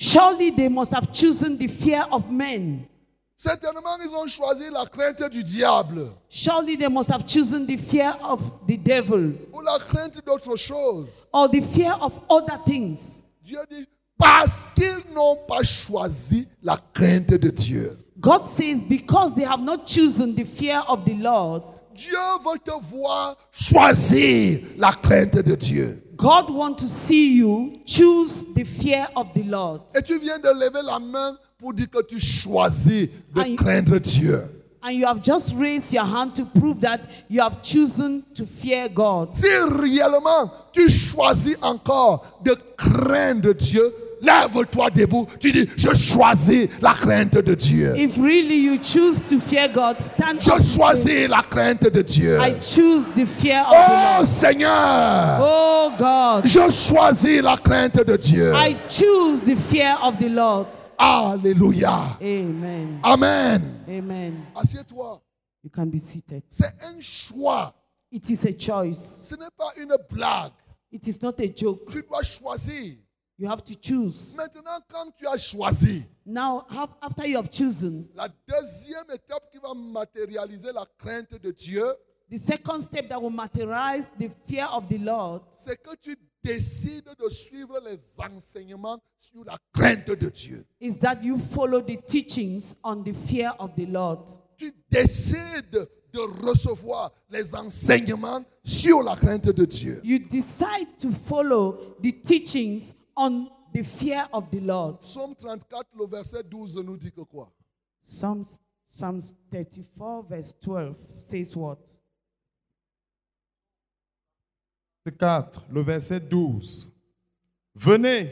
Speaker 2: Surely they must have chosen the fear of men.
Speaker 1: Certainement, ils ont choisi la crainte du diable
Speaker 2: Surely they must have chosen the fear of the devil
Speaker 1: ou la crainte d'autre chose.
Speaker 2: or the fear of other things.
Speaker 1: Dieu dit, parce qu'ils n'ont pas choisi la crainte de Dieu.
Speaker 2: God says, because they have not chosen the fear of the Lord,
Speaker 1: Dieu veut te voir choisir la crainte de Dieu.
Speaker 2: God wants to see you choose the fear of the Lord.
Speaker 1: Et tu viens de lever la main pour dire que tu choisis de
Speaker 2: Aïe.
Speaker 1: craindre Dieu.
Speaker 2: And you have just raised your hand to prove that you have chosen to fear God.
Speaker 1: Si réellement tu choisis encore de craindre Dieu, lève-toi debout. Tu dis, je choisis la crainte de Dieu.
Speaker 2: If really you choose to fear God, stand up.
Speaker 1: Je choisis la crainte de Dieu.
Speaker 2: I choose the fear of the Lord.
Speaker 1: Oh Seigneur,
Speaker 2: Oh God,
Speaker 1: je choisis la crainte de Dieu.
Speaker 2: I choose the fear of the Lord.
Speaker 1: Alléluia.
Speaker 2: Amen.
Speaker 1: Amen.
Speaker 2: Amen.
Speaker 1: Assieds-toi.
Speaker 2: You can be seated.
Speaker 1: C'est un choix.
Speaker 2: It is a choice.
Speaker 1: Ce n'est pas une blague.
Speaker 2: It is not a joke.
Speaker 1: Tu dois choisir.
Speaker 2: You have to choose.
Speaker 1: Maintenant, quand tu as choisi,
Speaker 2: Now, have- after you have chosen,
Speaker 1: la deuxième étape qui va matérialiser la crainte de Dieu,
Speaker 2: the second step that will materialize the fear of the Lord
Speaker 1: c'est que tu décides de suivre les enseignements sur la crainte de Dieu.
Speaker 2: is that you follow the teachings on the fear of the Lord.
Speaker 1: Tu décides de recevoir les enseignements sur la crainte de Dieu.
Speaker 2: You decide to follow the teachings on the fear of the Lord.
Speaker 1: Psaume 34, le verset 12 nous dit que quoi
Speaker 2: Psalms, Psalms 34, verse 12 says what?
Speaker 3: 4, le verset 12. Venez,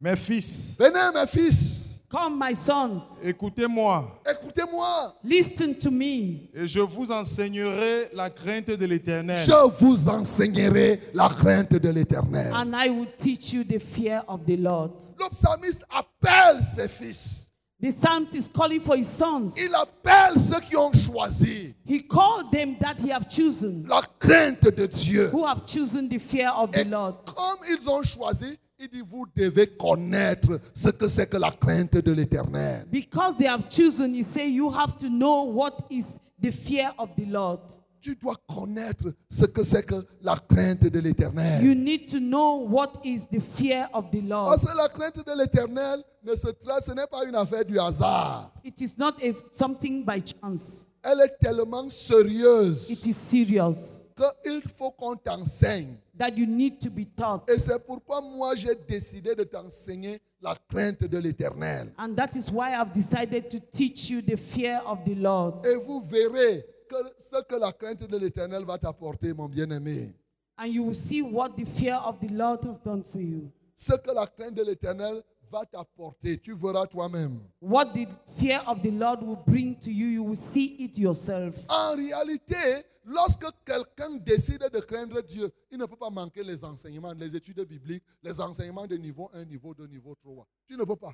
Speaker 3: mes fils,
Speaker 1: Venez mes fils,
Speaker 2: Come, my sons,
Speaker 3: écoutez-moi,
Speaker 1: écoutez-moi.
Speaker 2: listen to me.
Speaker 3: et je vous enseignerai la crainte de l'Éternel.
Speaker 1: Je vous enseignerai la crainte de l'éternel.
Speaker 2: and I will teach you the fear of the Lord.
Speaker 1: Le psalmiste appelle ses fils.
Speaker 2: The psalmist is calling for his sons.
Speaker 1: Il appelle ceux qui ont choisi
Speaker 2: He called them that he have chosen,
Speaker 1: la crainte de Dieu.
Speaker 2: who have chosen the fear of the
Speaker 1: Et
Speaker 2: Lord.
Speaker 1: comme ils ont choisi, il dit, vous devez connaître ce que c'est que la crainte de l'éternel.
Speaker 2: Because they have chosen, he say, you have to know what is the fear of the Lord.
Speaker 1: Tu dois connaître ce que c'est que la crainte de l'éternel.
Speaker 2: You need to know what is the fear of the Lord.
Speaker 1: Parce que la crainte de l'éternel ne se trace, ce n'est pas une affaire du hasard.
Speaker 2: It is not a, something by chance.
Speaker 1: Elle est tellement sérieuse
Speaker 2: It is serious
Speaker 1: qu'il faut qu'on t'enseigne.
Speaker 2: that you need to be taught.
Speaker 1: Et c'est pourquoi moi j'ai décidé de t'enseigner la crainte de l'éternel.
Speaker 2: And that is why I've decided to teach you the fear of the
Speaker 1: Eh.
Speaker 2: Lord.
Speaker 1: Et vous verrez que ce que la crainte de l'éternel va t'apporter, mon bien-aimé.
Speaker 2: and you will see what the fear of the Lord has done for you.
Speaker 1: Ce que la crainte de l'Éternel va t'apporter, tu verras toi-même.
Speaker 2: What the fear of the Lord will bring to you, you will see it yourself.
Speaker 1: En réalité, lorsque quelqu'un décide de craindre Dieu, il ne peut pas manquer les enseignements, les études bibliques, les enseignements de niveau 1, niveau 2, niveau 3. Tu ne peux pas.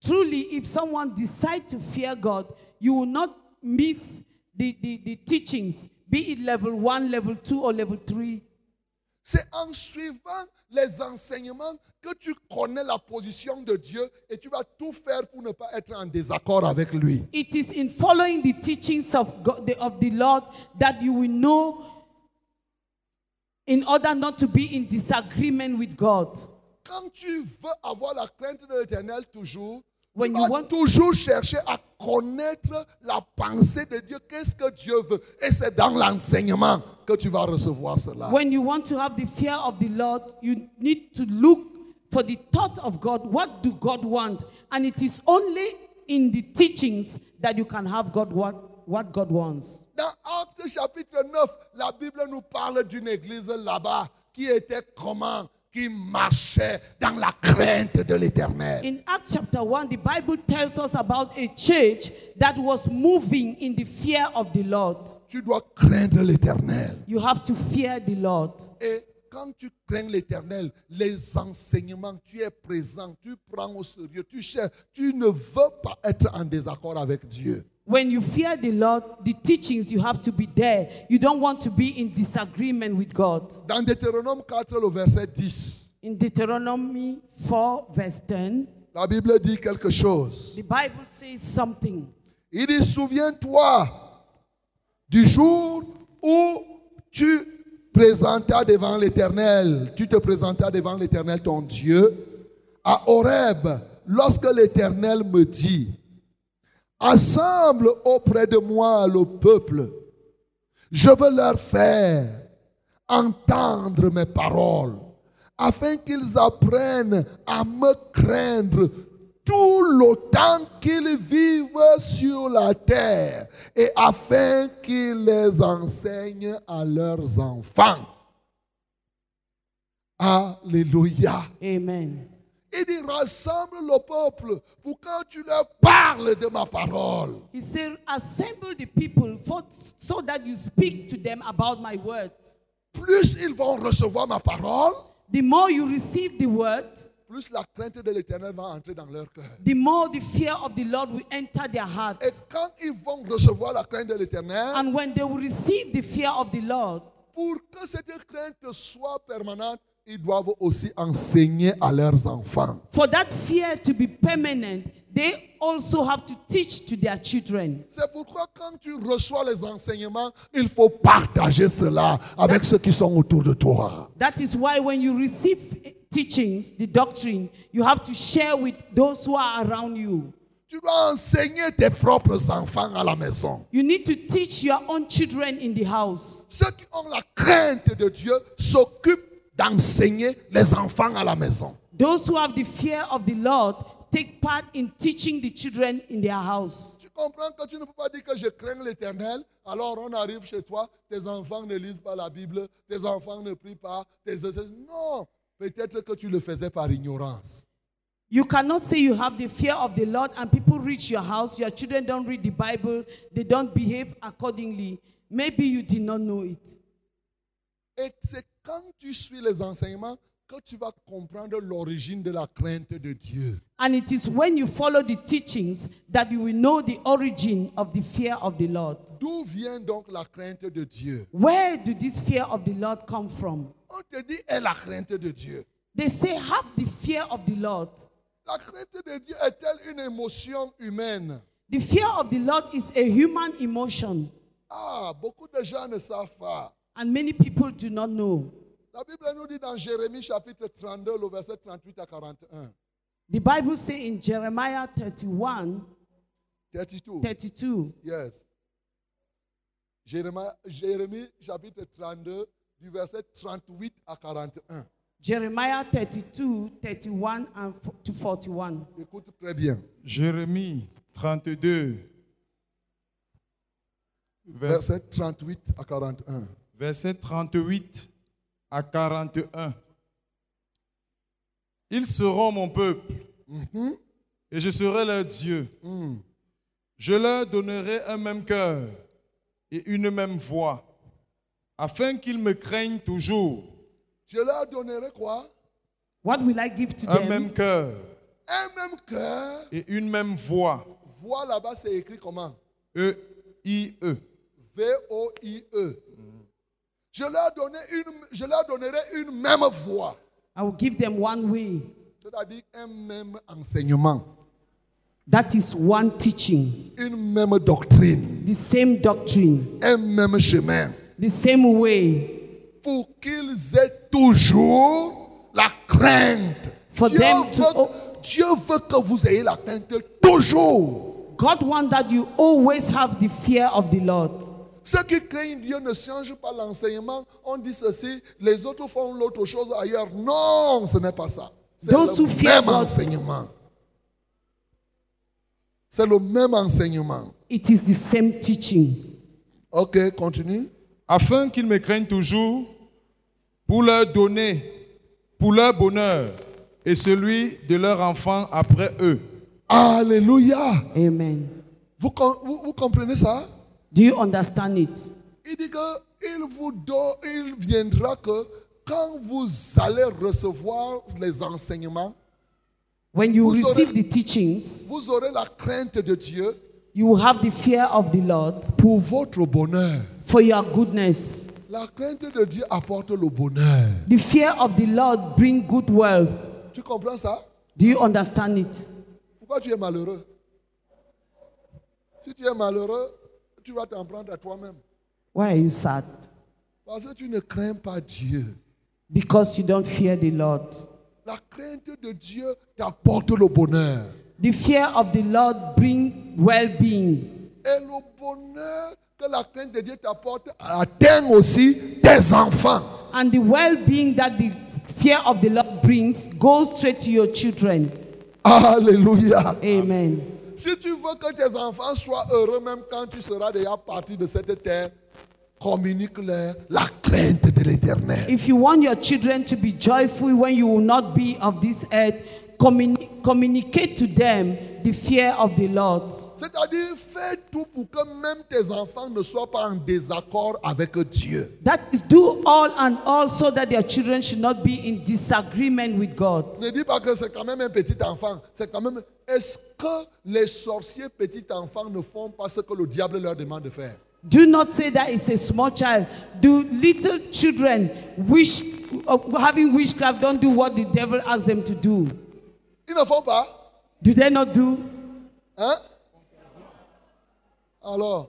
Speaker 2: Truly, if someone decides to fear God, you will not miss the, the, the teachings, be it level one, level two, or level three.
Speaker 1: C'est en suivant les enseignements que tu connais la position de Dieu et tu vas tout faire pour ne pas être en désaccord avec lui.
Speaker 2: It is in following the teachings of God, the, of the Lord that you will know in order not to be in disagreement with God.
Speaker 1: Quand tu veux avoir la crainte de l'éternel toujours,
Speaker 2: When
Speaker 1: tu
Speaker 2: you
Speaker 1: vas
Speaker 2: want-
Speaker 1: toujours chercher à connaître la pensée de Dieu. Qu'est-ce que Dieu veut Et c'est dans l'enseignement que tu vas recevoir cela.
Speaker 2: When you want to have the fear of the Lord, you need to look for the thought of God. What do God want? And it is only in the teachings that you can have God what, what God wants.
Speaker 1: Dans Actes chapitre 9, la Bible nous parle d'une église là-bas qui était comment Qui marchait dans la crainte de l'éternel.
Speaker 2: In Acts chapter 1, the Bible tells us about a church that was moving in the fear of the Lord.
Speaker 1: Tu dois craindre l'éternel.
Speaker 2: You have to fear the Lord.
Speaker 1: Et quand tu crains l'éternel, les enseignements, tu es présent, tu prends au sérieux, tu cherches, tu ne veux pas être en désaccord avec Dieu.
Speaker 2: When you fear the Lord, the teachings, you have to be there. You don't want to be in disagreement with God.
Speaker 1: Dans Deutéronome 4, le verset 10,
Speaker 2: In Deuteronomy 4, verse 10,
Speaker 1: la Bible dit quelque chose.
Speaker 2: The Bible says something.
Speaker 1: Il dit, souviens-toi du jour où tu présentas devant l'Éternel, tu te présentas devant l'Éternel ton Dieu, à Horeb, lorsque l'Éternel me dit, assemble auprès de moi le peuple, je veux leur faire entendre mes paroles, afin qu'ils apprennent à me craindre tout le temps qu'ils vivent sur la terre, et afin qu'ils les enseignent à leurs enfants. Alléluia.
Speaker 2: Amen.
Speaker 1: Il dit, rassemble le peuple pour quand tu leur parles de ma parole.
Speaker 2: He said, Assemble the people for, so that you speak to them about my word.
Speaker 1: Plus ils vont recevoir ma parole,
Speaker 2: The more you receive the word,
Speaker 1: plus la crainte de l'éternel va entrer dans leur cœur.
Speaker 2: the more the fear of the Lord will enter their
Speaker 1: Et
Speaker 2: hearts.
Speaker 1: quand ils vont recevoir la crainte de l'éternel,
Speaker 2: And when they will receive the fear of the Lord,
Speaker 1: pour que cette crainte soit permanente, ils doivent aussi enseigner à leurs enfants.
Speaker 2: for that fear to be permanent, they also have to teach to their children.
Speaker 1: C'est pourquoi quand tu reçois les enseignements, il faut partager cela avec ceux qui sont autour de toi.
Speaker 2: That is why when you receive teachings, the doctrine, you have to share with those who are around you.
Speaker 1: Tu dois enseigner tes propres enfants à la maison.
Speaker 2: You need to teach your own children in the house.
Speaker 1: Ceux qui ont la crainte de Dieu s'occupent d'enseigner les enfants à la maison.
Speaker 2: Those who have the fear of the Lord take part in teaching the children in their house.
Speaker 1: Tu comprends que tu ne peux pas dire que je crains l'éternel. Alors on arrive chez toi, tes enfants ne lisent pas la Bible, tes enfants ne prient pas. Tes... Non, peut-être que tu le faisais par ignorance.
Speaker 2: You cannot say you have the fear of the Lord and people reach your house, your children don't read the Bible, they don't behave accordingly. Maybe you did not know it.
Speaker 1: Et c'est quand tu suis les enseignements que tu vas comprendre l'origine de la crainte de Dieu.
Speaker 2: And it is when you follow the teachings that you will know the origin of the fear of the Lord.
Speaker 1: D'où vient donc la crainte de Dieu
Speaker 2: Where do this fear of the Lord come from?
Speaker 1: On te dit, est la crainte de Dieu.
Speaker 2: They say, have the fear of the Lord.
Speaker 1: La crainte de Dieu est-elle une émotion humaine
Speaker 2: The fear of the Lord is a human emotion,
Speaker 1: Ah, beaucoup de gens ne savent pas.
Speaker 2: and many people do not know.
Speaker 1: La Bible nous dit dans Jérémie chapitre 32, le verset 38 à 41.
Speaker 2: The Bible says in Jeremiah 31
Speaker 1: 32.
Speaker 2: 32,
Speaker 1: Yes. Jérémie, Jérémie chapitre 32, du verset 38 à 41.
Speaker 2: Jeremiah 32 31 and f- to 41.
Speaker 1: Écoute très bien.
Speaker 3: Jérémie 32, vers-
Speaker 1: Verset 38 à 41.
Speaker 3: verset 38 à 41. Ils seront mon peuple et je serai leur Dieu. Je leur donnerai un même cœur et une même voix afin qu'ils me craignent toujours.
Speaker 1: Je leur donnerai quoi
Speaker 2: What will I give to
Speaker 3: Un
Speaker 2: them?
Speaker 3: même cœur
Speaker 1: Un même cœur.
Speaker 3: et une même voix. E
Speaker 1: Voix là-bas, c'est écrit comment
Speaker 3: E-I-E.
Speaker 1: V-O-I-E. E. Je leur, donnais une- je leur donnerai une même voix,
Speaker 2: I will give them one way.
Speaker 1: c'est-à-dire un même enseignement,
Speaker 2: That is one teaching,
Speaker 1: une même doctrine,
Speaker 2: the same doctrine,
Speaker 1: un même chemin,
Speaker 2: the same way.
Speaker 1: pour qu'ils aient toujours la crainte.
Speaker 2: For
Speaker 1: Dieu,
Speaker 2: them to-
Speaker 1: veut, Dieu veut que vous ayez la crainte toujours.
Speaker 2: God wants that you always have the fear of the Lord.
Speaker 1: Ceux qui craignent Dieu ne changent pas l'enseignement. On dit ceci, les autres font l'autre chose ailleurs. Non, ce n'est pas ça. C'est
Speaker 2: Those who
Speaker 1: le
Speaker 2: fear
Speaker 1: même
Speaker 2: God-
Speaker 1: enseignement. C'est le même enseignement.
Speaker 2: It is the same teaching.
Speaker 1: Ok, continue.
Speaker 3: afin qu'ils me craignent toujours, pour leur donner, pour leur bonheur et celui de leurs enfants après eux.
Speaker 1: Alléluia.
Speaker 2: Amen.
Speaker 1: Vous, com- vous- vous comprenez ça?
Speaker 2: Do you understand it?
Speaker 1: Il dit que il vous donne, il viendra que quand vous allez recevoir les enseignements,
Speaker 2: When you
Speaker 1: Whosoever-
Speaker 2: receive the teachings,
Speaker 1: vous aurez la crainte de Dieu
Speaker 2: you will have the fear of the Lord
Speaker 1: pour votre bonheur.
Speaker 2: for your goodness.
Speaker 1: La crainte de Dieu apporte le bonheur.
Speaker 2: The fear of the Lord bring good wealth.
Speaker 1: Tu comprends ça?
Speaker 2: Do you understand it?
Speaker 1: Pourquoi tu es malheureux? Si tu es malheureux, tu vas t'en prendre à toi-même.
Speaker 2: Why are you sad?
Speaker 1: Parce que tu ne crains pas Dieu.
Speaker 2: Because you don't fear the Lord.
Speaker 1: La crainte de Dieu t'apporte le bonheur.
Speaker 2: The fear of the Lord bring well-being.
Speaker 1: Et le bonheur que la crainte de Dieu t'apporte atteint aussi tes enfants.
Speaker 2: And the well-being that the fear of the Lord brings goes straight to your children.
Speaker 1: Alléluia.
Speaker 2: Amen.
Speaker 1: Si tu veux que tes enfants soient heureux, même quand tu seras déjà parti de cette terre, communique-leur la crainte de l'éternel.
Speaker 2: If you want your children to be joyful when you will not be of this earth, communi- communicate to them the fear of the Lord.
Speaker 1: C'est-à-dire, fais tout pour que même tes enfants ne soient pas en désaccord avec Dieu.
Speaker 2: That is, do all and all so that your children should not be in disagreement with God.
Speaker 1: Ne dis pas que c'est quand même un petit enfant. C'est quand même. Est-ce que les sorciers petits enfants ne font pas ce que le diable leur demande de faire
Speaker 2: Do not say that it's a small child. Do little children wish uh, having witchcraft don't do what the devil asks them to do?
Speaker 1: Ils ne font pas.
Speaker 2: Do they not do?
Speaker 1: Hein Alors,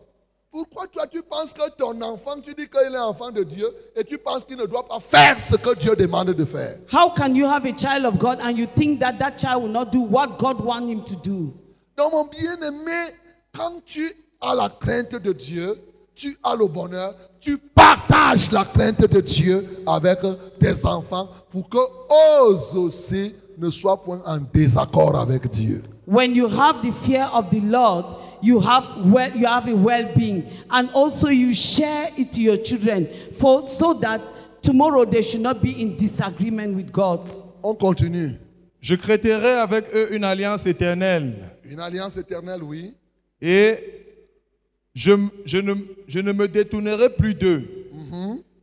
Speaker 1: pourquoi toi tu penses que ton enfant, tu dis qu'il est enfant de Dieu et tu penses qu'il ne doit pas faire ce que Dieu demande de faire
Speaker 2: How can you have a child of God and you think that that child will not do what God wants him to do?
Speaker 1: Donc mon bien-aimé, quand tu as la crainte de Dieu, tu as le bonheur, tu partages la crainte de Dieu avec tes enfants pour que eux aussi ne soient point en désaccord avec Dieu.
Speaker 2: When you have the fear of the Lord, you have well, you have a well-being, and also you share it to your children, for so that tomorrow they should not be in disagreement with God.
Speaker 1: On continue.
Speaker 3: Je créerai avec eux une alliance éternelle
Speaker 1: Une alliance éternelle, oui.
Speaker 3: et je, je ne, je ne me détournerai plus d'eux.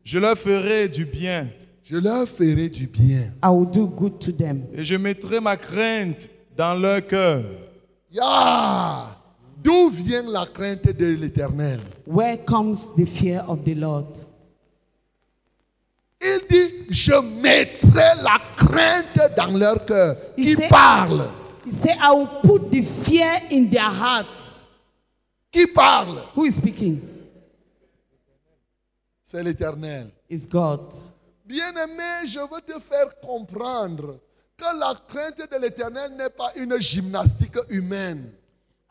Speaker 3: Je leur ferai du bien
Speaker 1: Je leur ferai du bien.
Speaker 2: I will do good to them.
Speaker 3: et je mettrai ma crainte dans leur cœur.
Speaker 1: Ya! D'où vient la crainte de l'éternel
Speaker 2: Where comes the fear of the Lord?
Speaker 1: Il dit, je mettrai la crainte dans leur cœur.
Speaker 2: Il
Speaker 1: Qui
Speaker 2: sait-
Speaker 1: parle
Speaker 2: He said, I will put the fear in their hearts.
Speaker 1: Qui parle
Speaker 2: Who is speaking?
Speaker 1: C'est l'éternel.
Speaker 2: It's God.
Speaker 1: Bien-aimé, je veux te faire comprendre que la crainte de l'éternel n'est pas une gymnastique humaine.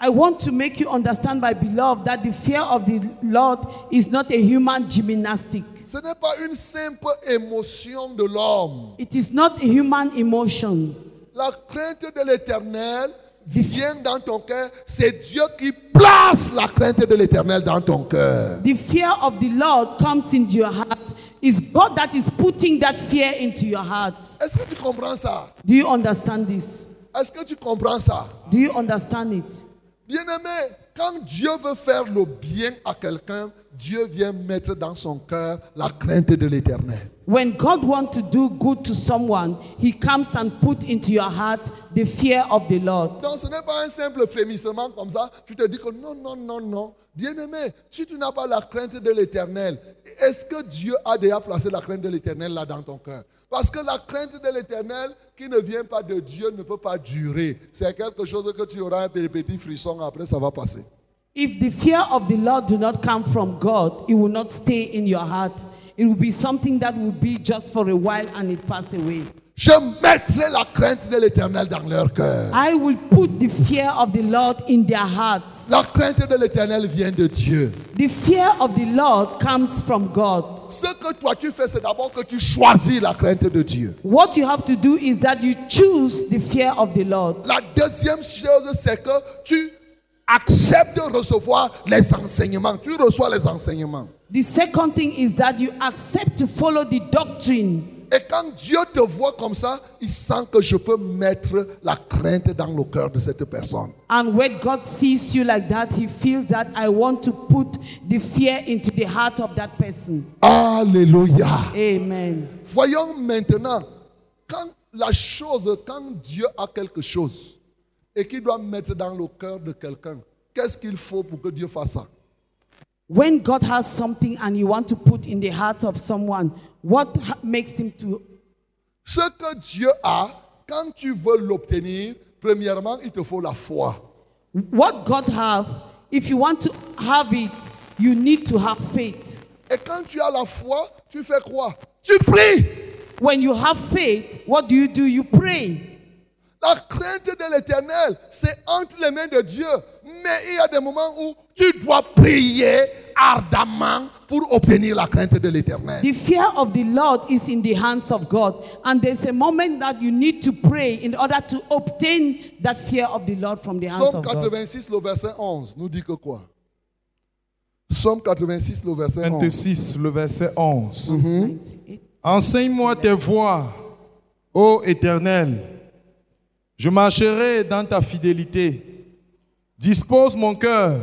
Speaker 2: I want to make you understand, my beloved, that the fear of the Lord is not a human gymnastic.
Speaker 1: Ce n'est pas une simple émotion de l'homme.
Speaker 2: It is not a human emotion.
Speaker 1: La crainte de l'éternel vient dans ton cœur. C'est Dieu qui place la crainte de l'éternel dans ton cœur.
Speaker 2: The fear of the Lord comes into your heart. It's God that is putting that fear into your heart.
Speaker 1: Est-ce que tu comprends ça
Speaker 2: Do you understand this?
Speaker 1: Est-ce que tu comprends ça
Speaker 2: Do you understand it?
Speaker 1: Bien-aimé, quand Dieu veut faire le bien à quelqu'un, Dieu vient mettre dans son cœur la crainte de l'éternel.
Speaker 2: When God wants to do good to someone, He comes and put into your heart the fear of the Lord.
Speaker 1: Donc ce n'est pas un simple frémissement comme ça. Tu te dis que non, non, non, non. Bien-aimé, si tu n'as pas la crainte de l'éternel, est-ce que Dieu a déjà placé la crainte de l'éternel là dans ton cœur Parce que la crainte de l'éternel qui ne vient pas de Dieu ne peut pas durer. C'est quelque chose que tu auras un petit frisson après, ça va passer.
Speaker 2: If the fear of the Lord do not come from God, it will not stay in your heart. It will be something that will be just for a while and it pass away.
Speaker 1: Je mettrai la crainte de l'éternel dans leur cœur.
Speaker 2: I will put the fear of the Lord in their hearts.
Speaker 1: La crainte de l'éternel vient de Dieu.
Speaker 2: The fear of the Lord comes from God.
Speaker 1: Ce que toi tu fais, c'est d'abord que tu choisis la crainte de Dieu.
Speaker 2: What you have to do is that you choose the fear of the Lord.
Speaker 1: La deuxième chose, c'est que tu acceptes de recevoir les enseignements. Tu reçois les enseignements.
Speaker 2: The second thing is that you accept to follow the doctrine.
Speaker 1: Et quand Dieu te voit comme ça, il sent que je peux mettre la crainte dans le cœur de cette personne.
Speaker 2: And when God sees you like that, He feels that I want to put the fear into the heart of that person.
Speaker 1: Alléluia.
Speaker 2: Amen.
Speaker 1: Voyons maintenant, quand la chose, quand Dieu a quelque chose et qu'il doit mettre dans le cœur de quelqu'un, qu'est-ce qu'il faut pour que Dieu fasse ça
Speaker 2: When God has something and He wants to put in the heart of someone, what ha- makes Him to?
Speaker 1: Ce que Dieu a, quand tu veux l'obtenir, premièrement, il te faut la foi.
Speaker 2: What God have? If you want to have it, you need to have faith.
Speaker 1: Et quand tu as la foi, tu fais quoi Tu pries.
Speaker 2: When you have faith, what do you do? You pray.
Speaker 1: La crainte de l'éternel, c'est entre les mains de Dieu. Mais il y a des moments où tu dois prier ardemment pour obtenir la crainte de l'éternel.
Speaker 2: The fear of the Lord is in the hands of God. And there's a moment that you need to pray in order to obtain that fear of the Lord from the hands
Speaker 1: Psaume
Speaker 2: of God.
Speaker 1: 86, le verset 11, nous dit que quoi Psaume 86, le verset 11.
Speaker 3: 26, le verset 11.
Speaker 2: 98.
Speaker 3: Enseigne-moi tes voies, ô Éternel. Je marcherai dans ta fidélité. Dispose mon cœur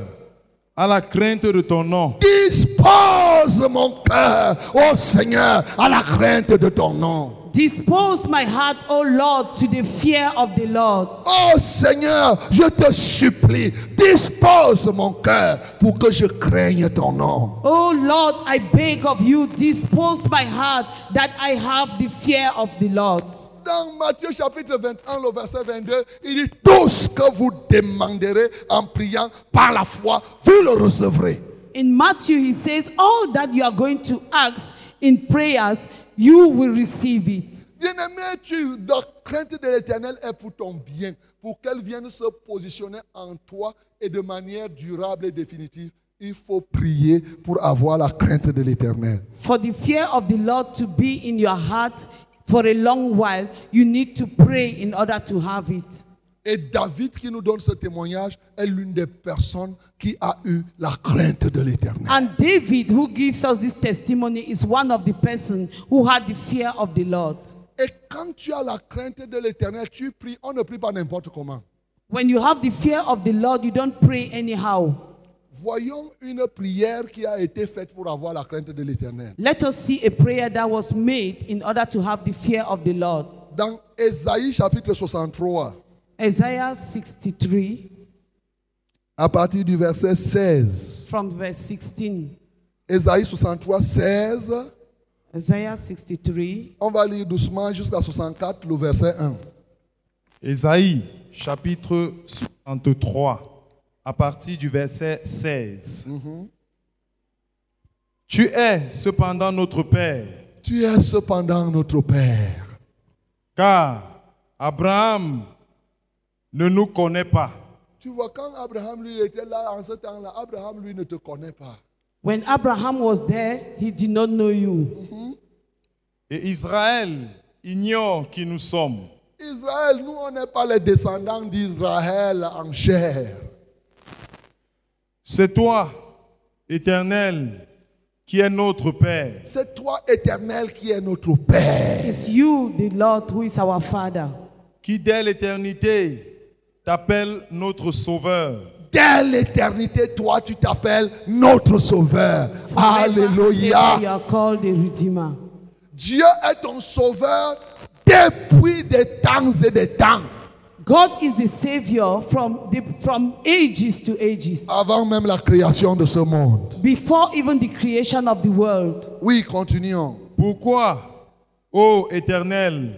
Speaker 3: à la crainte de ton nom.
Speaker 1: Dispose mon cœur, ô Seigneur, à la crainte de ton nom.
Speaker 2: Dispose my heart, O Lord, to the fear of the Lord.
Speaker 1: Oh Seigneur, je te supplie, dispose mon cœur pour que je craigne ton nom.
Speaker 2: O Oh Lord, I beg of you, dispose my heart that I have the fear of the Lord.
Speaker 1: Dans Matthieu chapitre 21, le verset 22, il dit, tout ce que vous demanderez en priant par la foi, vous le recevrez.
Speaker 2: In Matthew, he says, All that you are going to ask in prayers, you will receive it.
Speaker 1: Bien-aimé, tu, la crainte de l'éternel est pour ton bien, pour qu'elle vienne se positionner en toi et de manière durable et définitive. Il faut prier pour avoir la crainte de l'éternel.
Speaker 2: For the fear of the Lord to be in your heart for a long while, you need to pray in order to have it.
Speaker 1: Et David qui nous donne ce témoignage est l'une des personnes qui a eu la crainte de l'éternel.
Speaker 2: And David, who gives us this testimony, is one of the person who had the fear of the Lord.
Speaker 1: Et quand tu as la crainte de l'éternel, tu pries, on ne prie pas n'importe comment.
Speaker 2: When you have the fear of the Lord, you don't pray anyhow.
Speaker 1: Voyons une prière qui a été faite pour avoir la crainte de l'éternel.
Speaker 2: Let us see a prayer that was made in order to have the fear of the Lord.
Speaker 1: Dans Ésaïe chapitre 63,
Speaker 2: Isaiah 63
Speaker 1: à partir du verset 16.
Speaker 2: from verse 16.
Speaker 1: Ésaïe 63, 16.
Speaker 2: Isaiah 63
Speaker 1: On va lire doucement jusqu'à 64, le verset 1.
Speaker 3: Ésaïe, chapitre 63, à partir du verset 16. Tu es cependant notre Père,
Speaker 1: Tu es cependant notre Père,
Speaker 3: car Abraham ne nous connaît pas.
Speaker 1: Tu vois, quand Abraham, lui, était là, en ce temps-là, Abraham, lui, ne te connaît pas.
Speaker 2: When Abraham was there, he did not know you.
Speaker 3: Et Israël ignore qui nous sommes.
Speaker 1: Israël, nous, on n'est pas les descendants d'Israël en chair.
Speaker 3: C'est toi, Éternel, qui est notre Père.
Speaker 1: C'est toi, éternel, qui es notre Père.
Speaker 2: It's you, the Lord, who is our Father.
Speaker 3: qui dès l'éternité t'appelle notre Sauveur.
Speaker 1: Dès l'éternité, toi, tu t'appelles notre Sauveur.
Speaker 2: Forever,
Speaker 1: Alléluia.
Speaker 2: You are called the Redeemer.
Speaker 1: Dieu est ton Sauveur depuis des temps et des temps.
Speaker 2: God is the Savior from, the, from ages to ages,
Speaker 1: Avant même la création de ce monde.
Speaker 2: before even the creation of the world.
Speaker 1: Oui, continuons.
Speaker 3: Pourquoi, ô Éternel,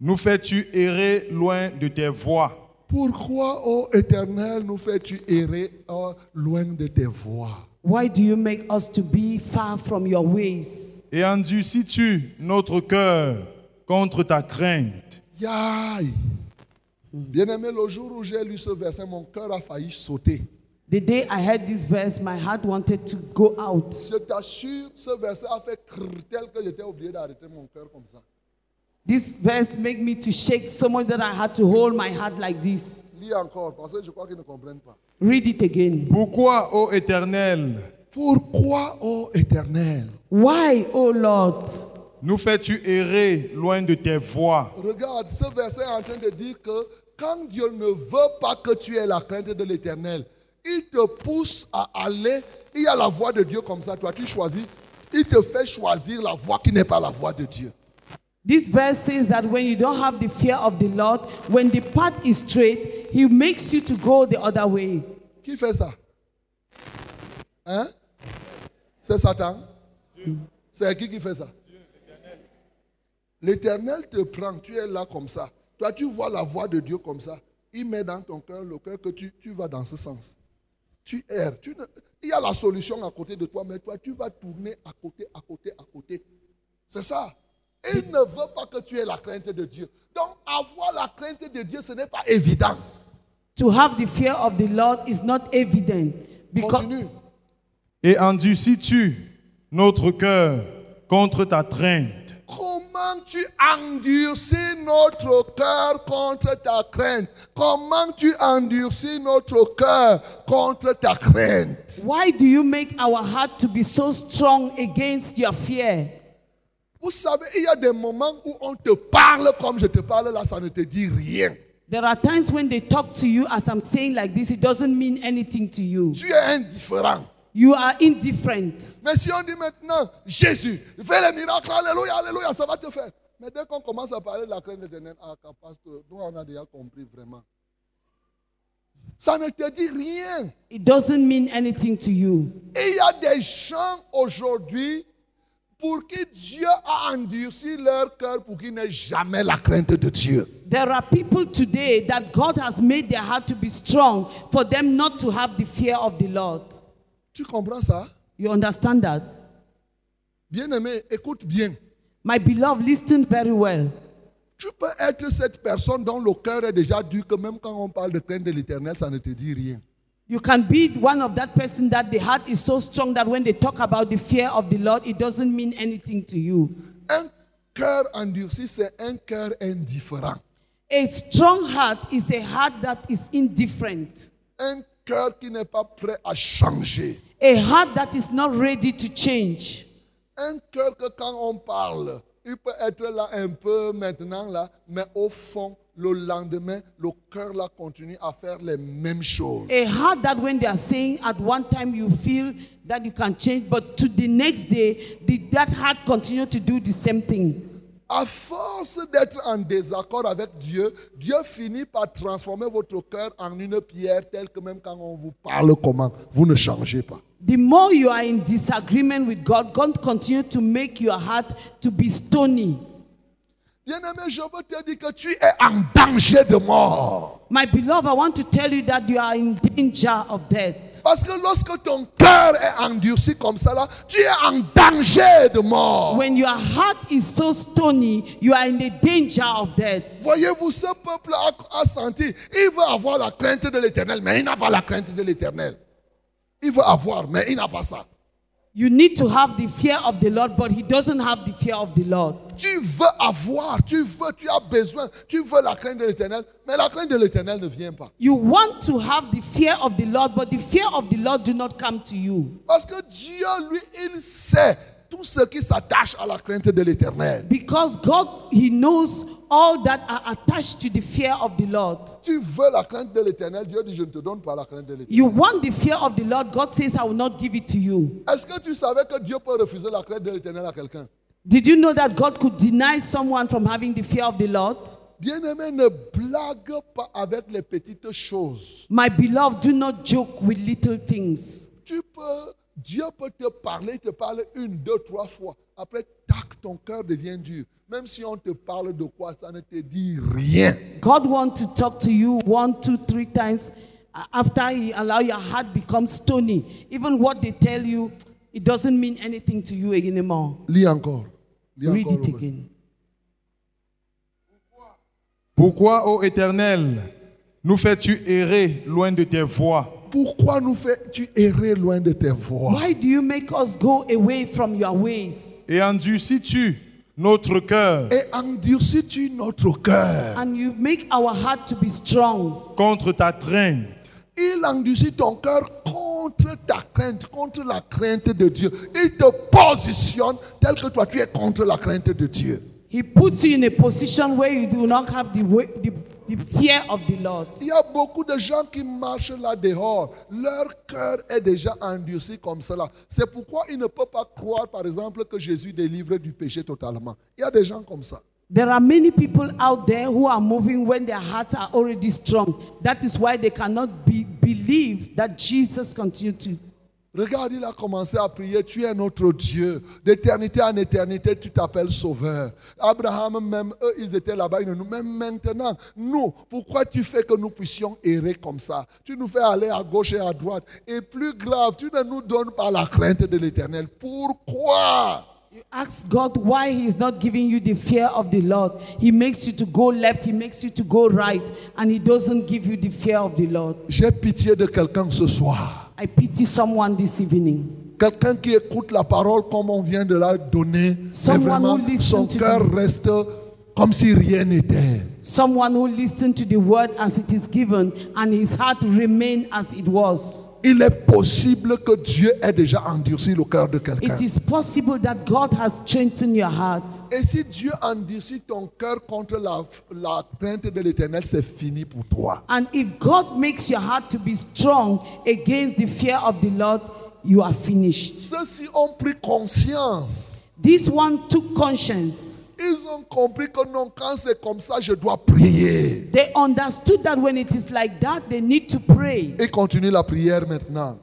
Speaker 3: nous fais-tu errer loin de tes voies
Speaker 1: Pourquoi, ô éternel, nous fais-tu errer oh, loin de tes voies
Speaker 2: Why do you make us to be far from your ways?
Speaker 3: et endurcis-tu notre cœur contre ta crainte
Speaker 1: Yaï Bien-aimé, le jour où j'ai lu ce verset, mon cœur a failli sauter.
Speaker 2: The day I heard this verse, my heart wanted to go out.
Speaker 1: Je t'assure, ce verset a fait crrr, tel que j'étais obligé d'arrêter mon cœur comme ça.
Speaker 2: This verse made me to shake so much that I had to hold my heart like this.
Speaker 1: Lis encore, parce que je crois qu'ils ne comprennent pas.
Speaker 2: Read it again.
Speaker 3: Pourquoi, ô Éternel,
Speaker 1: Pourquoi, ô éternel
Speaker 2: Why, O Lord,
Speaker 3: nous fais-tu errer loin de tes voies
Speaker 1: Regarde, ce verset est en train de dire que quand Dieu ne veut pas que tu aies la crainte de l'éternel, il te pousse à aller. Il y a la voie de Dieu comme ça. Toi, tu choisis. Il te fait choisir la voie qui n'est pas la voie de Dieu.
Speaker 2: This verse says that when you don't have the fear of the Lord, when the path is straight, He makes you to go the other way.
Speaker 1: Qui fait ça Hein C'est Satan C'est qui qui fait ça L'éternel te prend, tu es là comme ça. Toi, tu vois la voix de Dieu comme ça. Il met dans ton cœur le cœur que tu, tu vas dans ce sens. Tu erres. Tu ne- il y a la solution à côté de toi, mais toi, tu vas tourner à côté, à côté, à côté. C'est ça. Il ne veut pas que tu aies la crainte de Dieu. Donc, avoir la crainte de Dieu, ce n'est pas évident.
Speaker 2: To have the fear of the Lord is not evident because
Speaker 1: Continue.
Speaker 3: et endurcis-tu notre cœur contre ta crainte
Speaker 1: Comment tu endurcis notre cœur contre ta crainte Comment tu endurcis notre cœur contre ta crainte
Speaker 2: why do you make our heart to be so strong against your fear?
Speaker 1: Vous savez, il y a des moments où on te parle comme je te parle là, ça ne te dit rien.
Speaker 2: There are times when they talk to you as I'm saying like this, it doesn't mean anything to you.
Speaker 1: Tu es indifférent.
Speaker 2: You are indifferent.
Speaker 1: Mais si on dit maintenant, Jésus, fais les miracles, alléluia, alléluia, ça va te faire. Mais dès qu'on commence à parler de la crainte de l'éternel, ah, capable, nous on a déjà compris vraiment. Ça ne te dit rien.
Speaker 2: It doesn't mean anything to you.
Speaker 1: Et il y a des gens aujourd'hui pour qui Dieu a endurci leur cœur pour qu'ils n'aient jamais la crainte de Dieu.
Speaker 2: There are people today that God has made their heart to be strong for them not to have the fear of the Lord.
Speaker 1: Tu comprends ça
Speaker 2: You understand that?
Speaker 1: Bien-aimé, écoute bien.
Speaker 2: My beloved, listen very well.
Speaker 1: Tu peux être cette personne dont le cœur est déjà dur que même quand on parle de crainte de l'éternel, ça ne te dit rien.
Speaker 2: You can be one of that person that the heart is so strong that when they talk about the fear of the Lord, it doesn't mean anything to you.
Speaker 1: Un cœur endurci, c'est un cœur indifférent.
Speaker 2: A strong heart is a heart that is indifferent,
Speaker 1: Un cœur qui n'est pas prêt à changer.
Speaker 2: a heart that is not ready to change.
Speaker 1: Un cœur que quand on parle, il peut être là un peu maintenant, là, mais au fond, le lendemain, le cœur là continue à faire les mêmes choses.
Speaker 2: A heart that when they are saying at one time you feel that you can change, but to the next day, the, that heart continue to do the same thing.
Speaker 1: À force d'être en désaccord avec Dieu, Dieu finit par transformer votre cœur en une pierre telle que même quand on vous parle comment, vous ne changez pas.
Speaker 2: The more you are in disagreement with God, God continue to make your heart to be stony.
Speaker 1: Bien-aimé, je veux te dire que tu es en danger de mort.
Speaker 2: My beloved, I want to tell you that you are in danger of death.
Speaker 1: Parce que lorsque ton cœur est endurci comme ça, là, tu es en danger de mort.
Speaker 2: When your heart is so stony, you are in the danger of death.
Speaker 1: Voyez-vous, ce peuple a, a senti, il veut avoir la crainte de l'éternel, mais il n'a pas la crainte de l'éternel. Il veut avoir, mais il n'a pas ça.
Speaker 2: You need to have the fear of the Lord, but he doesn't have the fear of the Lord.
Speaker 1: Tu veux avoir, tu veux, tu as besoin, tu veux la crainte de l'éternel, mais la crainte de l'éternel ne vient pas.
Speaker 2: You want to have the fear of the Lord, but the fear of the Lord do not come to you
Speaker 1: Parce que Dieu, lui, il sait tout ce qui s'attache à la crainte de l'éternel.
Speaker 2: because God he knows all that are attached to the fear of the Lord.
Speaker 1: Tu veux la crainte de l'éternel, Dieu dit, je ne te donne pas la crainte de l'éternel.
Speaker 2: You want the fear of the Lord, God says I will not give it to you.
Speaker 1: Est-ce que tu savais que Dieu peut refuser la crainte de l'éternel à quelqu'un
Speaker 2: Did you know that God could deny someone from having the fear of the Lord?
Speaker 1: Bien-aimé, ne blague pas avec les petites choses.
Speaker 2: My beloved, do not joke with little things.
Speaker 1: Tu peux, Dieu peut te parler, il te parle une, deux, trois fois. Après, tac, ton cœur devient dur. Même si on te parle de quoi, ça ne te dit rien.
Speaker 2: God wants to talk to you one, two, three times uh, after He allow your heart become stony. Even what they tell you, it doesn't mean anything to you anymore.
Speaker 1: Lis encore. Lis
Speaker 2: Read it
Speaker 1: encore le verset.
Speaker 2: again.
Speaker 3: Pourquoi, ô Éternel, nous fais-tu errer loin de tes voies
Speaker 1: Pourquoi nous fais-tu errer loin de tes voies
Speaker 2: Why do you make us go away from your ways
Speaker 3: et endurcis-tu notre cœur
Speaker 1: et endurcis-tu notre cœur
Speaker 2: and you make our heart to be strong?
Speaker 3: contre ta traîne
Speaker 1: Il endurcit ton cœur contre ta crainte, contre la crainte de Dieu. Il te positionne tel que toi tu es contre la crainte de Dieu.
Speaker 2: He puts you in a position where you do not have the, way, the, the fear of the Lord.
Speaker 1: Il y a beaucoup de gens qui marchent là dehors. Leur cœur est déjà endurci comme cela. C'est pourquoi ils ne peuvent pas croire, par exemple, que Jésus délivre du péché totalement. Il y a des gens comme ça.
Speaker 2: There are many people out there who are moving when their hearts are already strong. That is why they cannot be, believe that Jesus continued to.
Speaker 1: Regarde, il a commencé à prier, tu es notre Dieu. D'éternité en éternité, tu t'appelles sauveur. Abraham, même eux, ils étaient là-bas. ils ne nous- Même maintenant, nous, pourquoi tu fais que nous puissions errer comme ça Tu nous fais aller à gauche et à droite. Et plus grave, tu ne nous donnes pas la crainte de l'éternel. Pourquoi
Speaker 2: You ask God why He is not giving you the fear of the Lord. He makes you to go left, He makes you to go right, and He doesn't give you the fear of the Lord.
Speaker 1: J'ai pitié de quelqu'un ce soir.
Speaker 2: I pity someone this evening.
Speaker 1: Quelqu'un qui écoute la parole comme on vient de la donner. Mais
Speaker 2: Someone
Speaker 1: vraiment,
Speaker 2: who listens
Speaker 1: son
Speaker 2: to
Speaker 1: cœur
Speaker 2: them.
Speaker 1: reste comme si rien n'était.
Speaker 2: Someone who listened to the word as it is given, and his heart remained as it was.
Speaker 1: Il est possible que Dieu ait déjà endurci le cœur de quelqu'un.
Speaker 2: It is possible that God has strengthened your heart.
Speaker 1: Et si Dieu endurcit ton cœur contre la, la crainte de l'éternel, c'est fini pour toi.
Speaker 2: And if God makes your heart to be strong against the fear of the Lord, you are finished.
Speaker 1: Ceux-ci ont pris conscience.
Speaker 2: This one took conscience.
Speaker 1: Ils ont compris que non, quand c'est comme ça, je dois prier.
Speaker 2: They understood that when it is like that, they need to pray.
Speaker 1: Et continue la prière maintenant.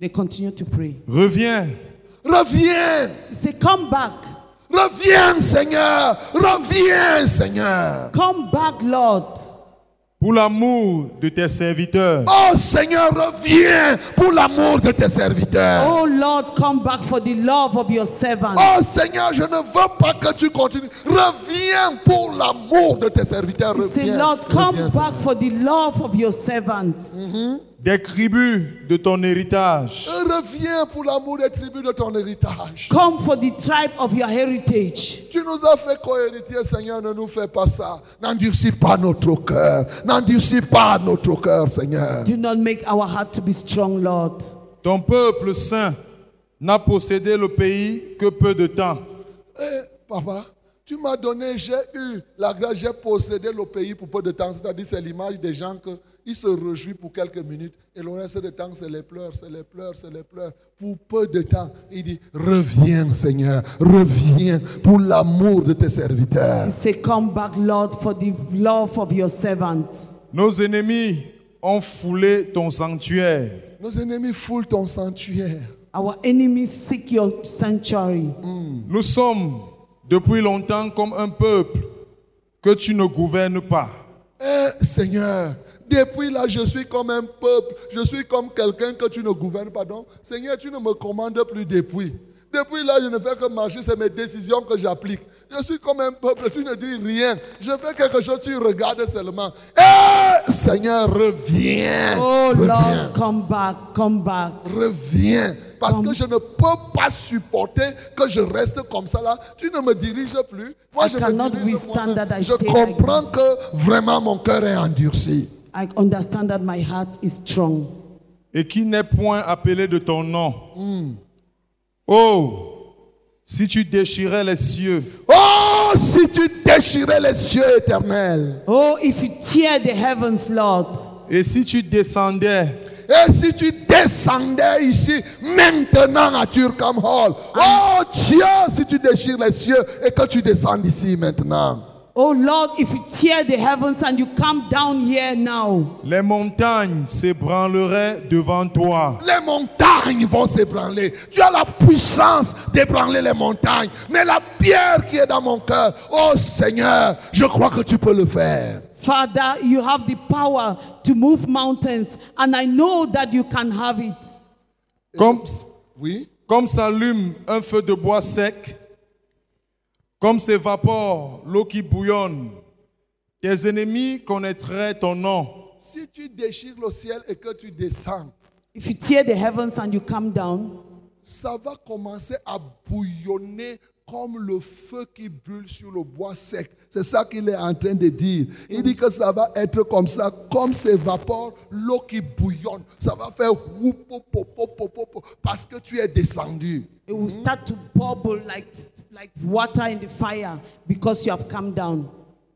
Speaker 2: They continue to pray.
Speaker 3: Reviens,
Speaker 1: Reviens,
Speaker 2: He said, Come back.
Speaker 1: reviens Seigneur, reviens Seigneur.
Speaker 2: Come back, Lord.
Speaker 3: pour l'amour de tes serviteurs.
Speaker 1: Oh Seigneur, reviens pour l'amour de tes serviteurs.
Speaker 2: Oh, Lord, come back for the love of your servant.
Speaker 1: Oh Seigneur, je ne veux pas que tu continues. Reviens pour l'amour de tes serviteurs.
Speaker 2: He said,
Speaker 1: Reviens.
Speaker 2: Lord, come
Speaker 1: Reviens,
Speaker 2: back for the love of your servant.
Speaker 3: des tribus de ton héritage,
Speaker 1: Seigneur. Reviens pour l'amour des tribus de ton héritage.
Speaker 2: Come for the tribe of your heritage.
Speaker 1: Tu nous as fait cohéritiers, Seigneur. Ne nous fais pas ça. N'endurcis pas notre cœur. N'endurcis pas notre cœur, Seigneur.
Speaker 2: Do not make our heart to be strong, Lord.
Speaker 3: ton peuple saint n'a possédé le pays que peu de temps.
Speaker 1: Eh, papa, tu m'as donné, j'ai eu la grâce, j'ai possédé le pays pour peu de temps. C'est-à-dire, c'est l'image des gens que ils se réjouissent pour quelques minutes et le reste du temps, c'est les pleurs, c'est les pleurs, c'est les pleurs. Pour peu de temps, il dit Reviens, Seigneur, reviens pour l'amour de tes serviteurs.
Speaker 2: I say, Come back, Lord, for the love of your servant.
Speaker 3: Nos ennemis ont foulé ton sanctuaire.
Speaker 1: Nos ennemis foulent ton sanctuaire.
Speaker 2: Our enemies seek your sanctuary.
Speaker 3: Nous sommes depuis longtemps comme un peuple que tu ne gouvernes pas.
Speaker 1: Eh, Seigneur, depuis là, je suis comme un peuple. Je suis comme quelqu'un que tu ne gouvernes pas. Donc, Seigneur, tu ne me commandes plus depuis. Depuis là, je ne fais que marcher, c'est mes décisions que j'applique. Je suis comme un peuple, tu ne dis rien. Je fais quelque chose, tu regardes seulement. Eh, Seigneur, reviens.
Speaker 2: Oh,
Speaker 1: reviens,
Speaker 2: Lord, come back, come back.
Speaker 1: reviens. parce
Speaker 2: Comme-
Speaker 1: que je ne peux pas supporter que je reste comme ça là. Tu ne me diriges plus. Moi,
Speaker 2: I
Speaker 1: je
Speaker 2: cannot
Speaker 1: me dirige
Speaker 2: withstand
Speaker 1: moi-même.
Speaker 2: that I
Speaker 1: Je
Speaker 2: stay like
Speaker 1: comprends
Speaker 2: this.
Speaker 1: que vraiment mon cœur est endurci.
Speaker 2: I understand that my heart is strong.
Speaker 3: et qui n'est point appelé de ton nom. Oh, si tu déchirais les cieux
Speaker 1: Oh, si tu déchirais les cieux éternels,
Speaker 2: Oh, if you tear the heavens, Lord,
Speaker 3: et si tu descendais
Speaker 1: et si tu descendais ici maintenant à Turkham Hall, oh Dieu, si tu déchires les cieux et que tu descendes ici maintenant,
Speaker 2: oh Lord, if you tear the heavens and you come down here now,
Speaker 3: Les montagnes s'ébranleraient devant toi.
Speaker 1: les montagnes vont s'ébranler. Tu as la puissance d'ébranler les montagnes, mais la pierre qui est dans mon cœur, oh Seigneur, je crois que tu peux le faire.
Speaker 2: Father, you have the power to move mountains, and I know that you can have it.
Speaker 3: Comme,
Speaker 1: Oui.
Speaker 3: comme s'allume un feu de bois sec, comme s'évapore l'eau qui bouillonne, tes ennemis connaîtraient ton nom.
Speaker 1: Si tu déchires le ciel et que tu descends,
Speaker 2: If you tear the heavens and you come down,
Speaker 1: ça va commencer à bouillonner comme le feu qui brûle sur le bois sec. C'est ça qu'il est en train de dire. Il dit que ça va être comme ça, comme s'évapore l'eau qui bouillonne. Ça va faire wou, po, po, po, po, po, po, parce que tu es descendu.
Speaker 2: it will start to bubble like, like water in the fire because you have come down.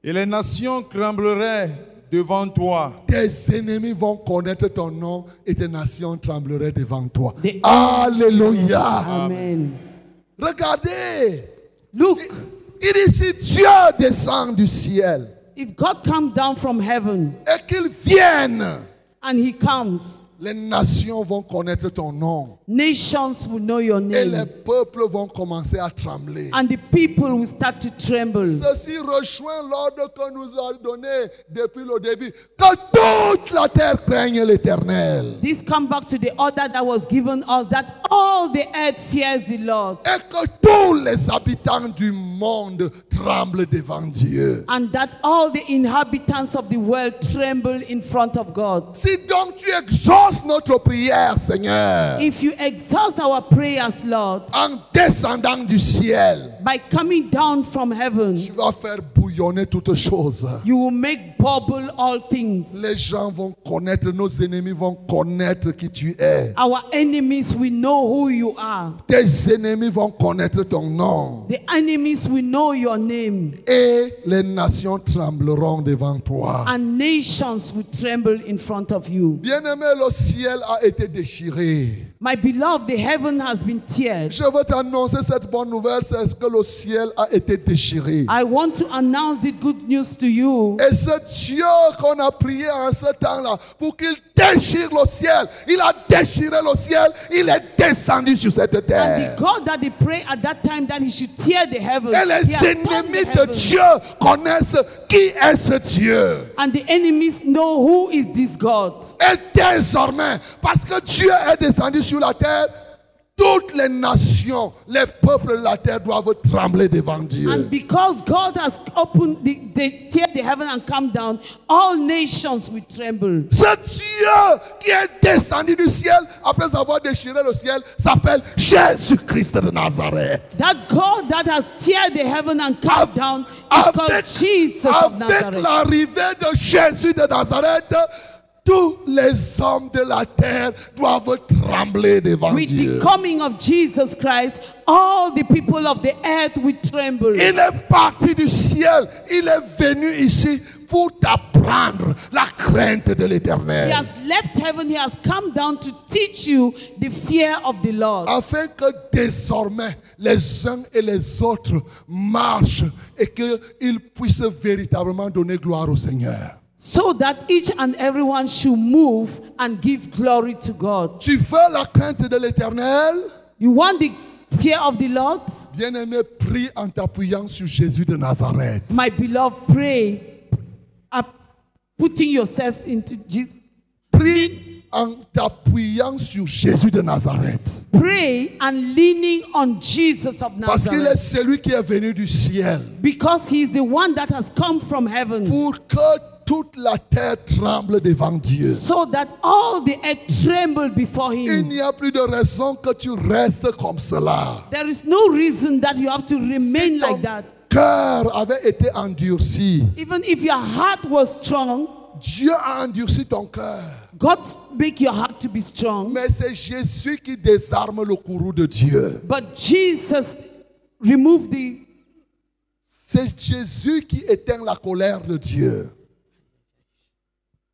Speaker 3: Et les nations trembleraient devant toi.
Speaker 1: Tes ennemis vont connaître ton nom et tes nations trembleraient devant toi.
Speaker 2: Des-
Speaker 1: Alléluia.
Speaker 2: Amen.
Speaker 1: Regardez.
Speaker 2: Look,
Speaker 1: Il dit si Dieu descend du ciel
Speaker 2: if God come down from heaven
Speaker 1: et qu'il vienne.
Speaker 2: and he comes,
Speaker 1: Les nations vont connaître ton nom
Speaker 2: nations will know your
Speaker 1: et
Speaker 2: name
Speaker 1: les peuples vont commencer à trembler.
Speaker 2: and the people will start to tremble.
Speaker 1: Ceci rejoint l'ordre que nous a donné depuis le début. Que toute la terre craigne l'éternel.
Speaker 2: This come back to the order that was given us that all the earth fears the Lord
Speaker 1: Et que tous les habitants du monde tremblent devant Dieu.
Speaker 2: and that all the inhabitants of the world tremble in front of God.
Speaker 1: Si donc tu exauces notre prière, Seigneur,
Speaker 2: If you exhaust our prayers, Lord,
Speaker 1: en descendant du ciel,
Speaker 2: by coming down from heaven,
Speaker 1: tu vas faire bouillonner toutes choses.
Speaker 2: you will make bubble all things.
Speaker 1: Les gens vont connaître, nos ennemis vont connaître qui tu es.
Speaker 2: Our enemies will know who you are.
Speaker 1: Tes ennemis vont connaître ton nom
Speaker 2: The enemies will know your name,
Speaker 1: et les nations trembleront devant toi.
Speaker 2: and nations will tremble in front of you.
Speaker 1: Bien-aimé, le ciel a été déchiré.
Speaker 2: My beloved, the heaven has been teared.
Speaker 1: Je veux t'annoncer cette bonne nouvelle, c'est que le ciel a été déchiré.
Speaker 2: I want to announce the good news to you
Speaker 1: Et ce Dieu qu'on a prié en ce temps-là, pour qu'il déchire le ciel, il a déchiré le ciel, il est descendu sur cette
Speaker 2: And the
Speaker 1: terre.
Speaker 2: God that they pray at that time that he should tear the heavens.
Speaker 1: Et
Speaker 2: He
Speaker 1: les
Speaker 2: has torn the
Speaker 1: ennemis de
Speaker 2: heavens.
Speaker 1: Dieu connaissent qui est ce Dieu.
Speaker 2: And the enemies know who is this God.
Speaker 1: Et désormais, parce que Dieu est descendu sur la terre, toutes les nations, les peuples de la terre doivent trembler devant Dieu.
Speaker 2: And because God has opened the, they tear the heaven and come down, all nations will tremble.
Speaker 1: Ce Dieu qui est descendu du ciel, après avoir déchiré le ciel, s'appelle Jésus-Christ de Nazareth.
Speaker 2: That God that has tear the heaven and come
Speaker 1: Av-
Speaker 2: down is called
Speaker 1: Avec,
Speaker 2: Jesus of
Speaker 1: avec
Speaker 2: Nazareth.
Speaker 1: l'arrivée de Jésus de Nazareth, tous les hommes de la terre doivent trembler devant
Speaker 2: With
Speaker 1: Dieu.
Speaker 2: the coming of Jesus Christ, all the people of the earth will tremble.
Speaker 1: Il est parti du ciel. Il est venu ici pour t'apprendre la crainte de
Speaker 2: He
Speaker 1: l'éternel.
Speaker 2: has left heaven, he has come down to teach you the fear of the Lord.
Speaker 1: Afin que désormais les uns et les autres marchent et qu'ils puissent véritablement donner gloire au Seigneur.
Speaker 2: so that each and everyone should move and give glory to God.
Speaker 1: Tu veux la crainte de l'éternel?
Speaker 2: You want the fear of the Lord?
Speaker 1: Bien-aimé, prie en t'appuyant sur Jésus de Nazareth.
Speaker 2: My beloved, pray. Up, putting yourself into Jesus.
Speaker 1: Prie en t'appuyant sur Jésus de Nazareth.
Speaker 2: Pray and leaning on Jesus of
Speaker 1: Parce qu'il
Speaker 2: Nazareth.
Speaker 1: est celui qui est venu du ciel
Speaker 2: Because he is the one that has come from heaven.
Speaker 1: pour que toute la terre tremble devant Dieu.
Speaker 2: So that all the earth tremble before
Speaker 1: Il
Speaker 2: him.
Speaker 1: n'y a plus de raison que tu restes comme cela.
Speaker 2: There is no reason that you have to remain like that.
Speaker 1: Cœur avait été endurci.
Speaker 2: Even if your heart was strong,
Speaker 1: Dieu a endurci ton cœur.
Speaker 2: God make your heart to be strong.
Speaker 1: Mais c'est Jésus qui désarme le courroux de Dieu.
Speaker 2: But Jesus removed the
Speaker 1: C'est Jésus qui éteint la colère de Dieu.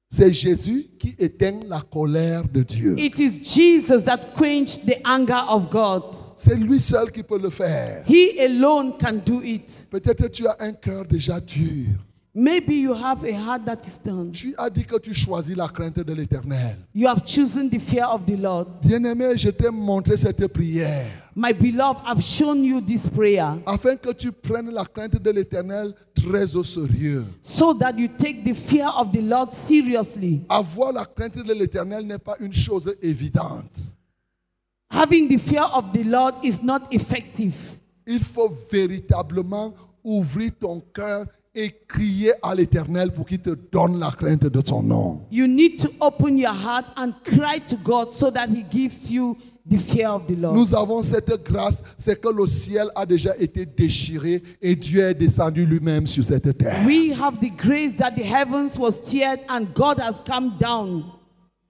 Speaker 1: C'est Jésus qui éteint la colère de Dieu.
Speaker 2: It is Jesus that quenched the anger of God.
Speaker 1: C'est lui seul qui peut le faire.
Speaker 2: He alone can do it.
Speaker 1: Peut-être tu as un cœur déjà dur.
Speaker 2: Maybe you have a heart that is done.
Speaker 1: Tu as dit que tu choisis la crainte de l'éternel.
Speaker 2: You have chosen the fear of the Lord.
Speaker 1: Bien-aimé, je t'ai montré cette prière
Speaker 2: My beloved, I've shown you this prayer
Speaker 1: afin que tu prennes la crainte de l'éternel très au sérieux.
Speaker 2: so that you take the fear of the Lord seriously.
Speaker 1: Avoir la crainte de l'éternel n'est pas une chose évidente.
Speaker 2: Having the fear of the Lord is not effective.
Speaker 1: Il faut véritablement ouvrir ton cœur et crier à l'éternel pour qu'il te donne la crainte de son nom.
Speaker 2: You need to open your heart and cry to God so that He gives you the fear of the Lord.
Speaker 1: Nous avons cette grâce, c'est que le ciel a déjà été déchiré et Dieu est descendu lui-même sur cette terre.
Speaker 2: We have the grace that the heavens was teared and God has come down.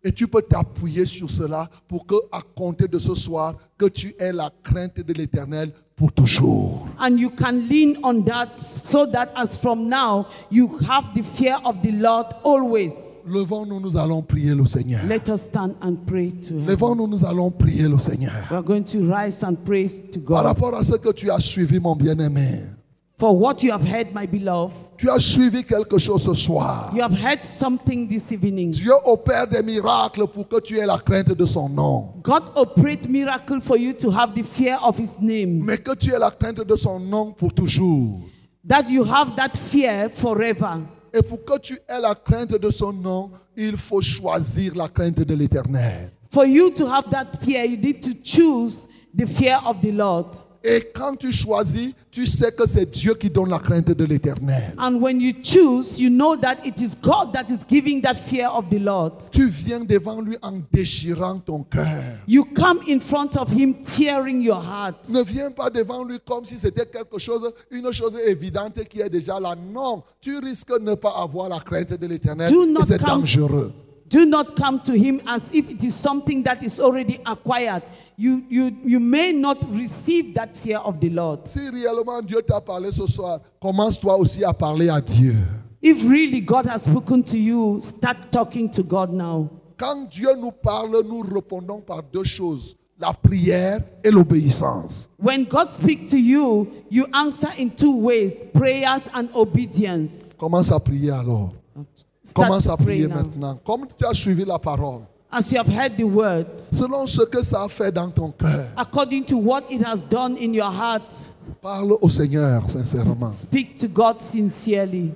Speaker 1: Et tu peux t'appuyer sur cela pour que, à compter de ce soir, que tu aies la crainte de l'éternel pour toujours.
Speaker 2: And you can lean on that so that as from now you have the fear of the Lord always.
Speaker 1: Levons-nous, nous allons prier le Seigneur.
Speaker 2: Let us stand and pray to Him.
Speaker 1: Levons-nous, nous allons prier le Seigneur.
Speaker 2: We are going to rise and praise to
Speaker 1: Par
Speaker 2: God
Speaker 1: rapport à ce que tu as suivi, mon bien-aimé,
Speaker 2: for what you have heard, my beloved.
Speaker 1: tu as suivi quelque chose ce soir.
Speaker 2: You have heard something this evening.
Speaker 1: Dieu opère des miracles pour que tu aies la crainte de son nom.
Speaker 2: God operate miracle for you to have the fear of His name,
Speaker 1: Mais que tu aies la crainte de son nom pour toujours.
Speaker 2: that you have that fear forever.
Speaker 1: Et pour que tu aies la crainte de son nom, il faut choisir la crainte de l'éternel.
Speaker 2: For you to have that fear, you need to choose the fear of the Lord.
Speaker 1: Et quand tu choisis, tu sais que c'est Dieu qui donne la crainte de l'éternel.
Speaker 2: And when you choose, you know that it is God that is giving that fear of the Lord.
Speaker 1: Tu viens devant lui en déchirant ton cœur.
Speaker 2: You come in front of Him tearing your heart.
Speaker 1: Ne viens pas devant lui comme si c'était quelque chose, une chose évidente qui est déjà là. Non, tu risques de ne pas avoir la crainte de l'éternel.
Speaker 2: Do
Speaker 1: Et
Speaker 2: not
Speaker 1: c'est
Speaker 2: come-
Speaker 1: dangereux.
Speaker 2: Do not come to Him as if it is something that is already acquired. You, you, you may not receive that fear of the Lord.
Speaker 1: Si réellement Dieu t'a parlé ce soir, commence toi aussi à parler à Dieu.
Speaker 2: If really God has spoken to you, start talking to God now.
Speaker 1: Quand Dieu nous parle, nous répondons par deux choses, la prière et l'obéissance.
Speaker 2: When God speaks to you, you answer in two ways prayers and obedience.
Speaker 1: Commence à prier alors.
Speaker 2: Start
Speaker 1: Commence
Speaker 2: to
Speaker 1: à
Speaker 2: pray
Speaker 1: prier
Speaker 2: now.
Speaker 1: maintenant. Comme tu as suivi la parole,
Speaker 2: As you have heard the word,
Speaker 1: selon ce que ça a fait dans ton cœur,
Speaker 2: according to what it has done in your heart,
Speaker 1: parle au Seigneur sincèrement.
Speaker 2: speak to God sincerely.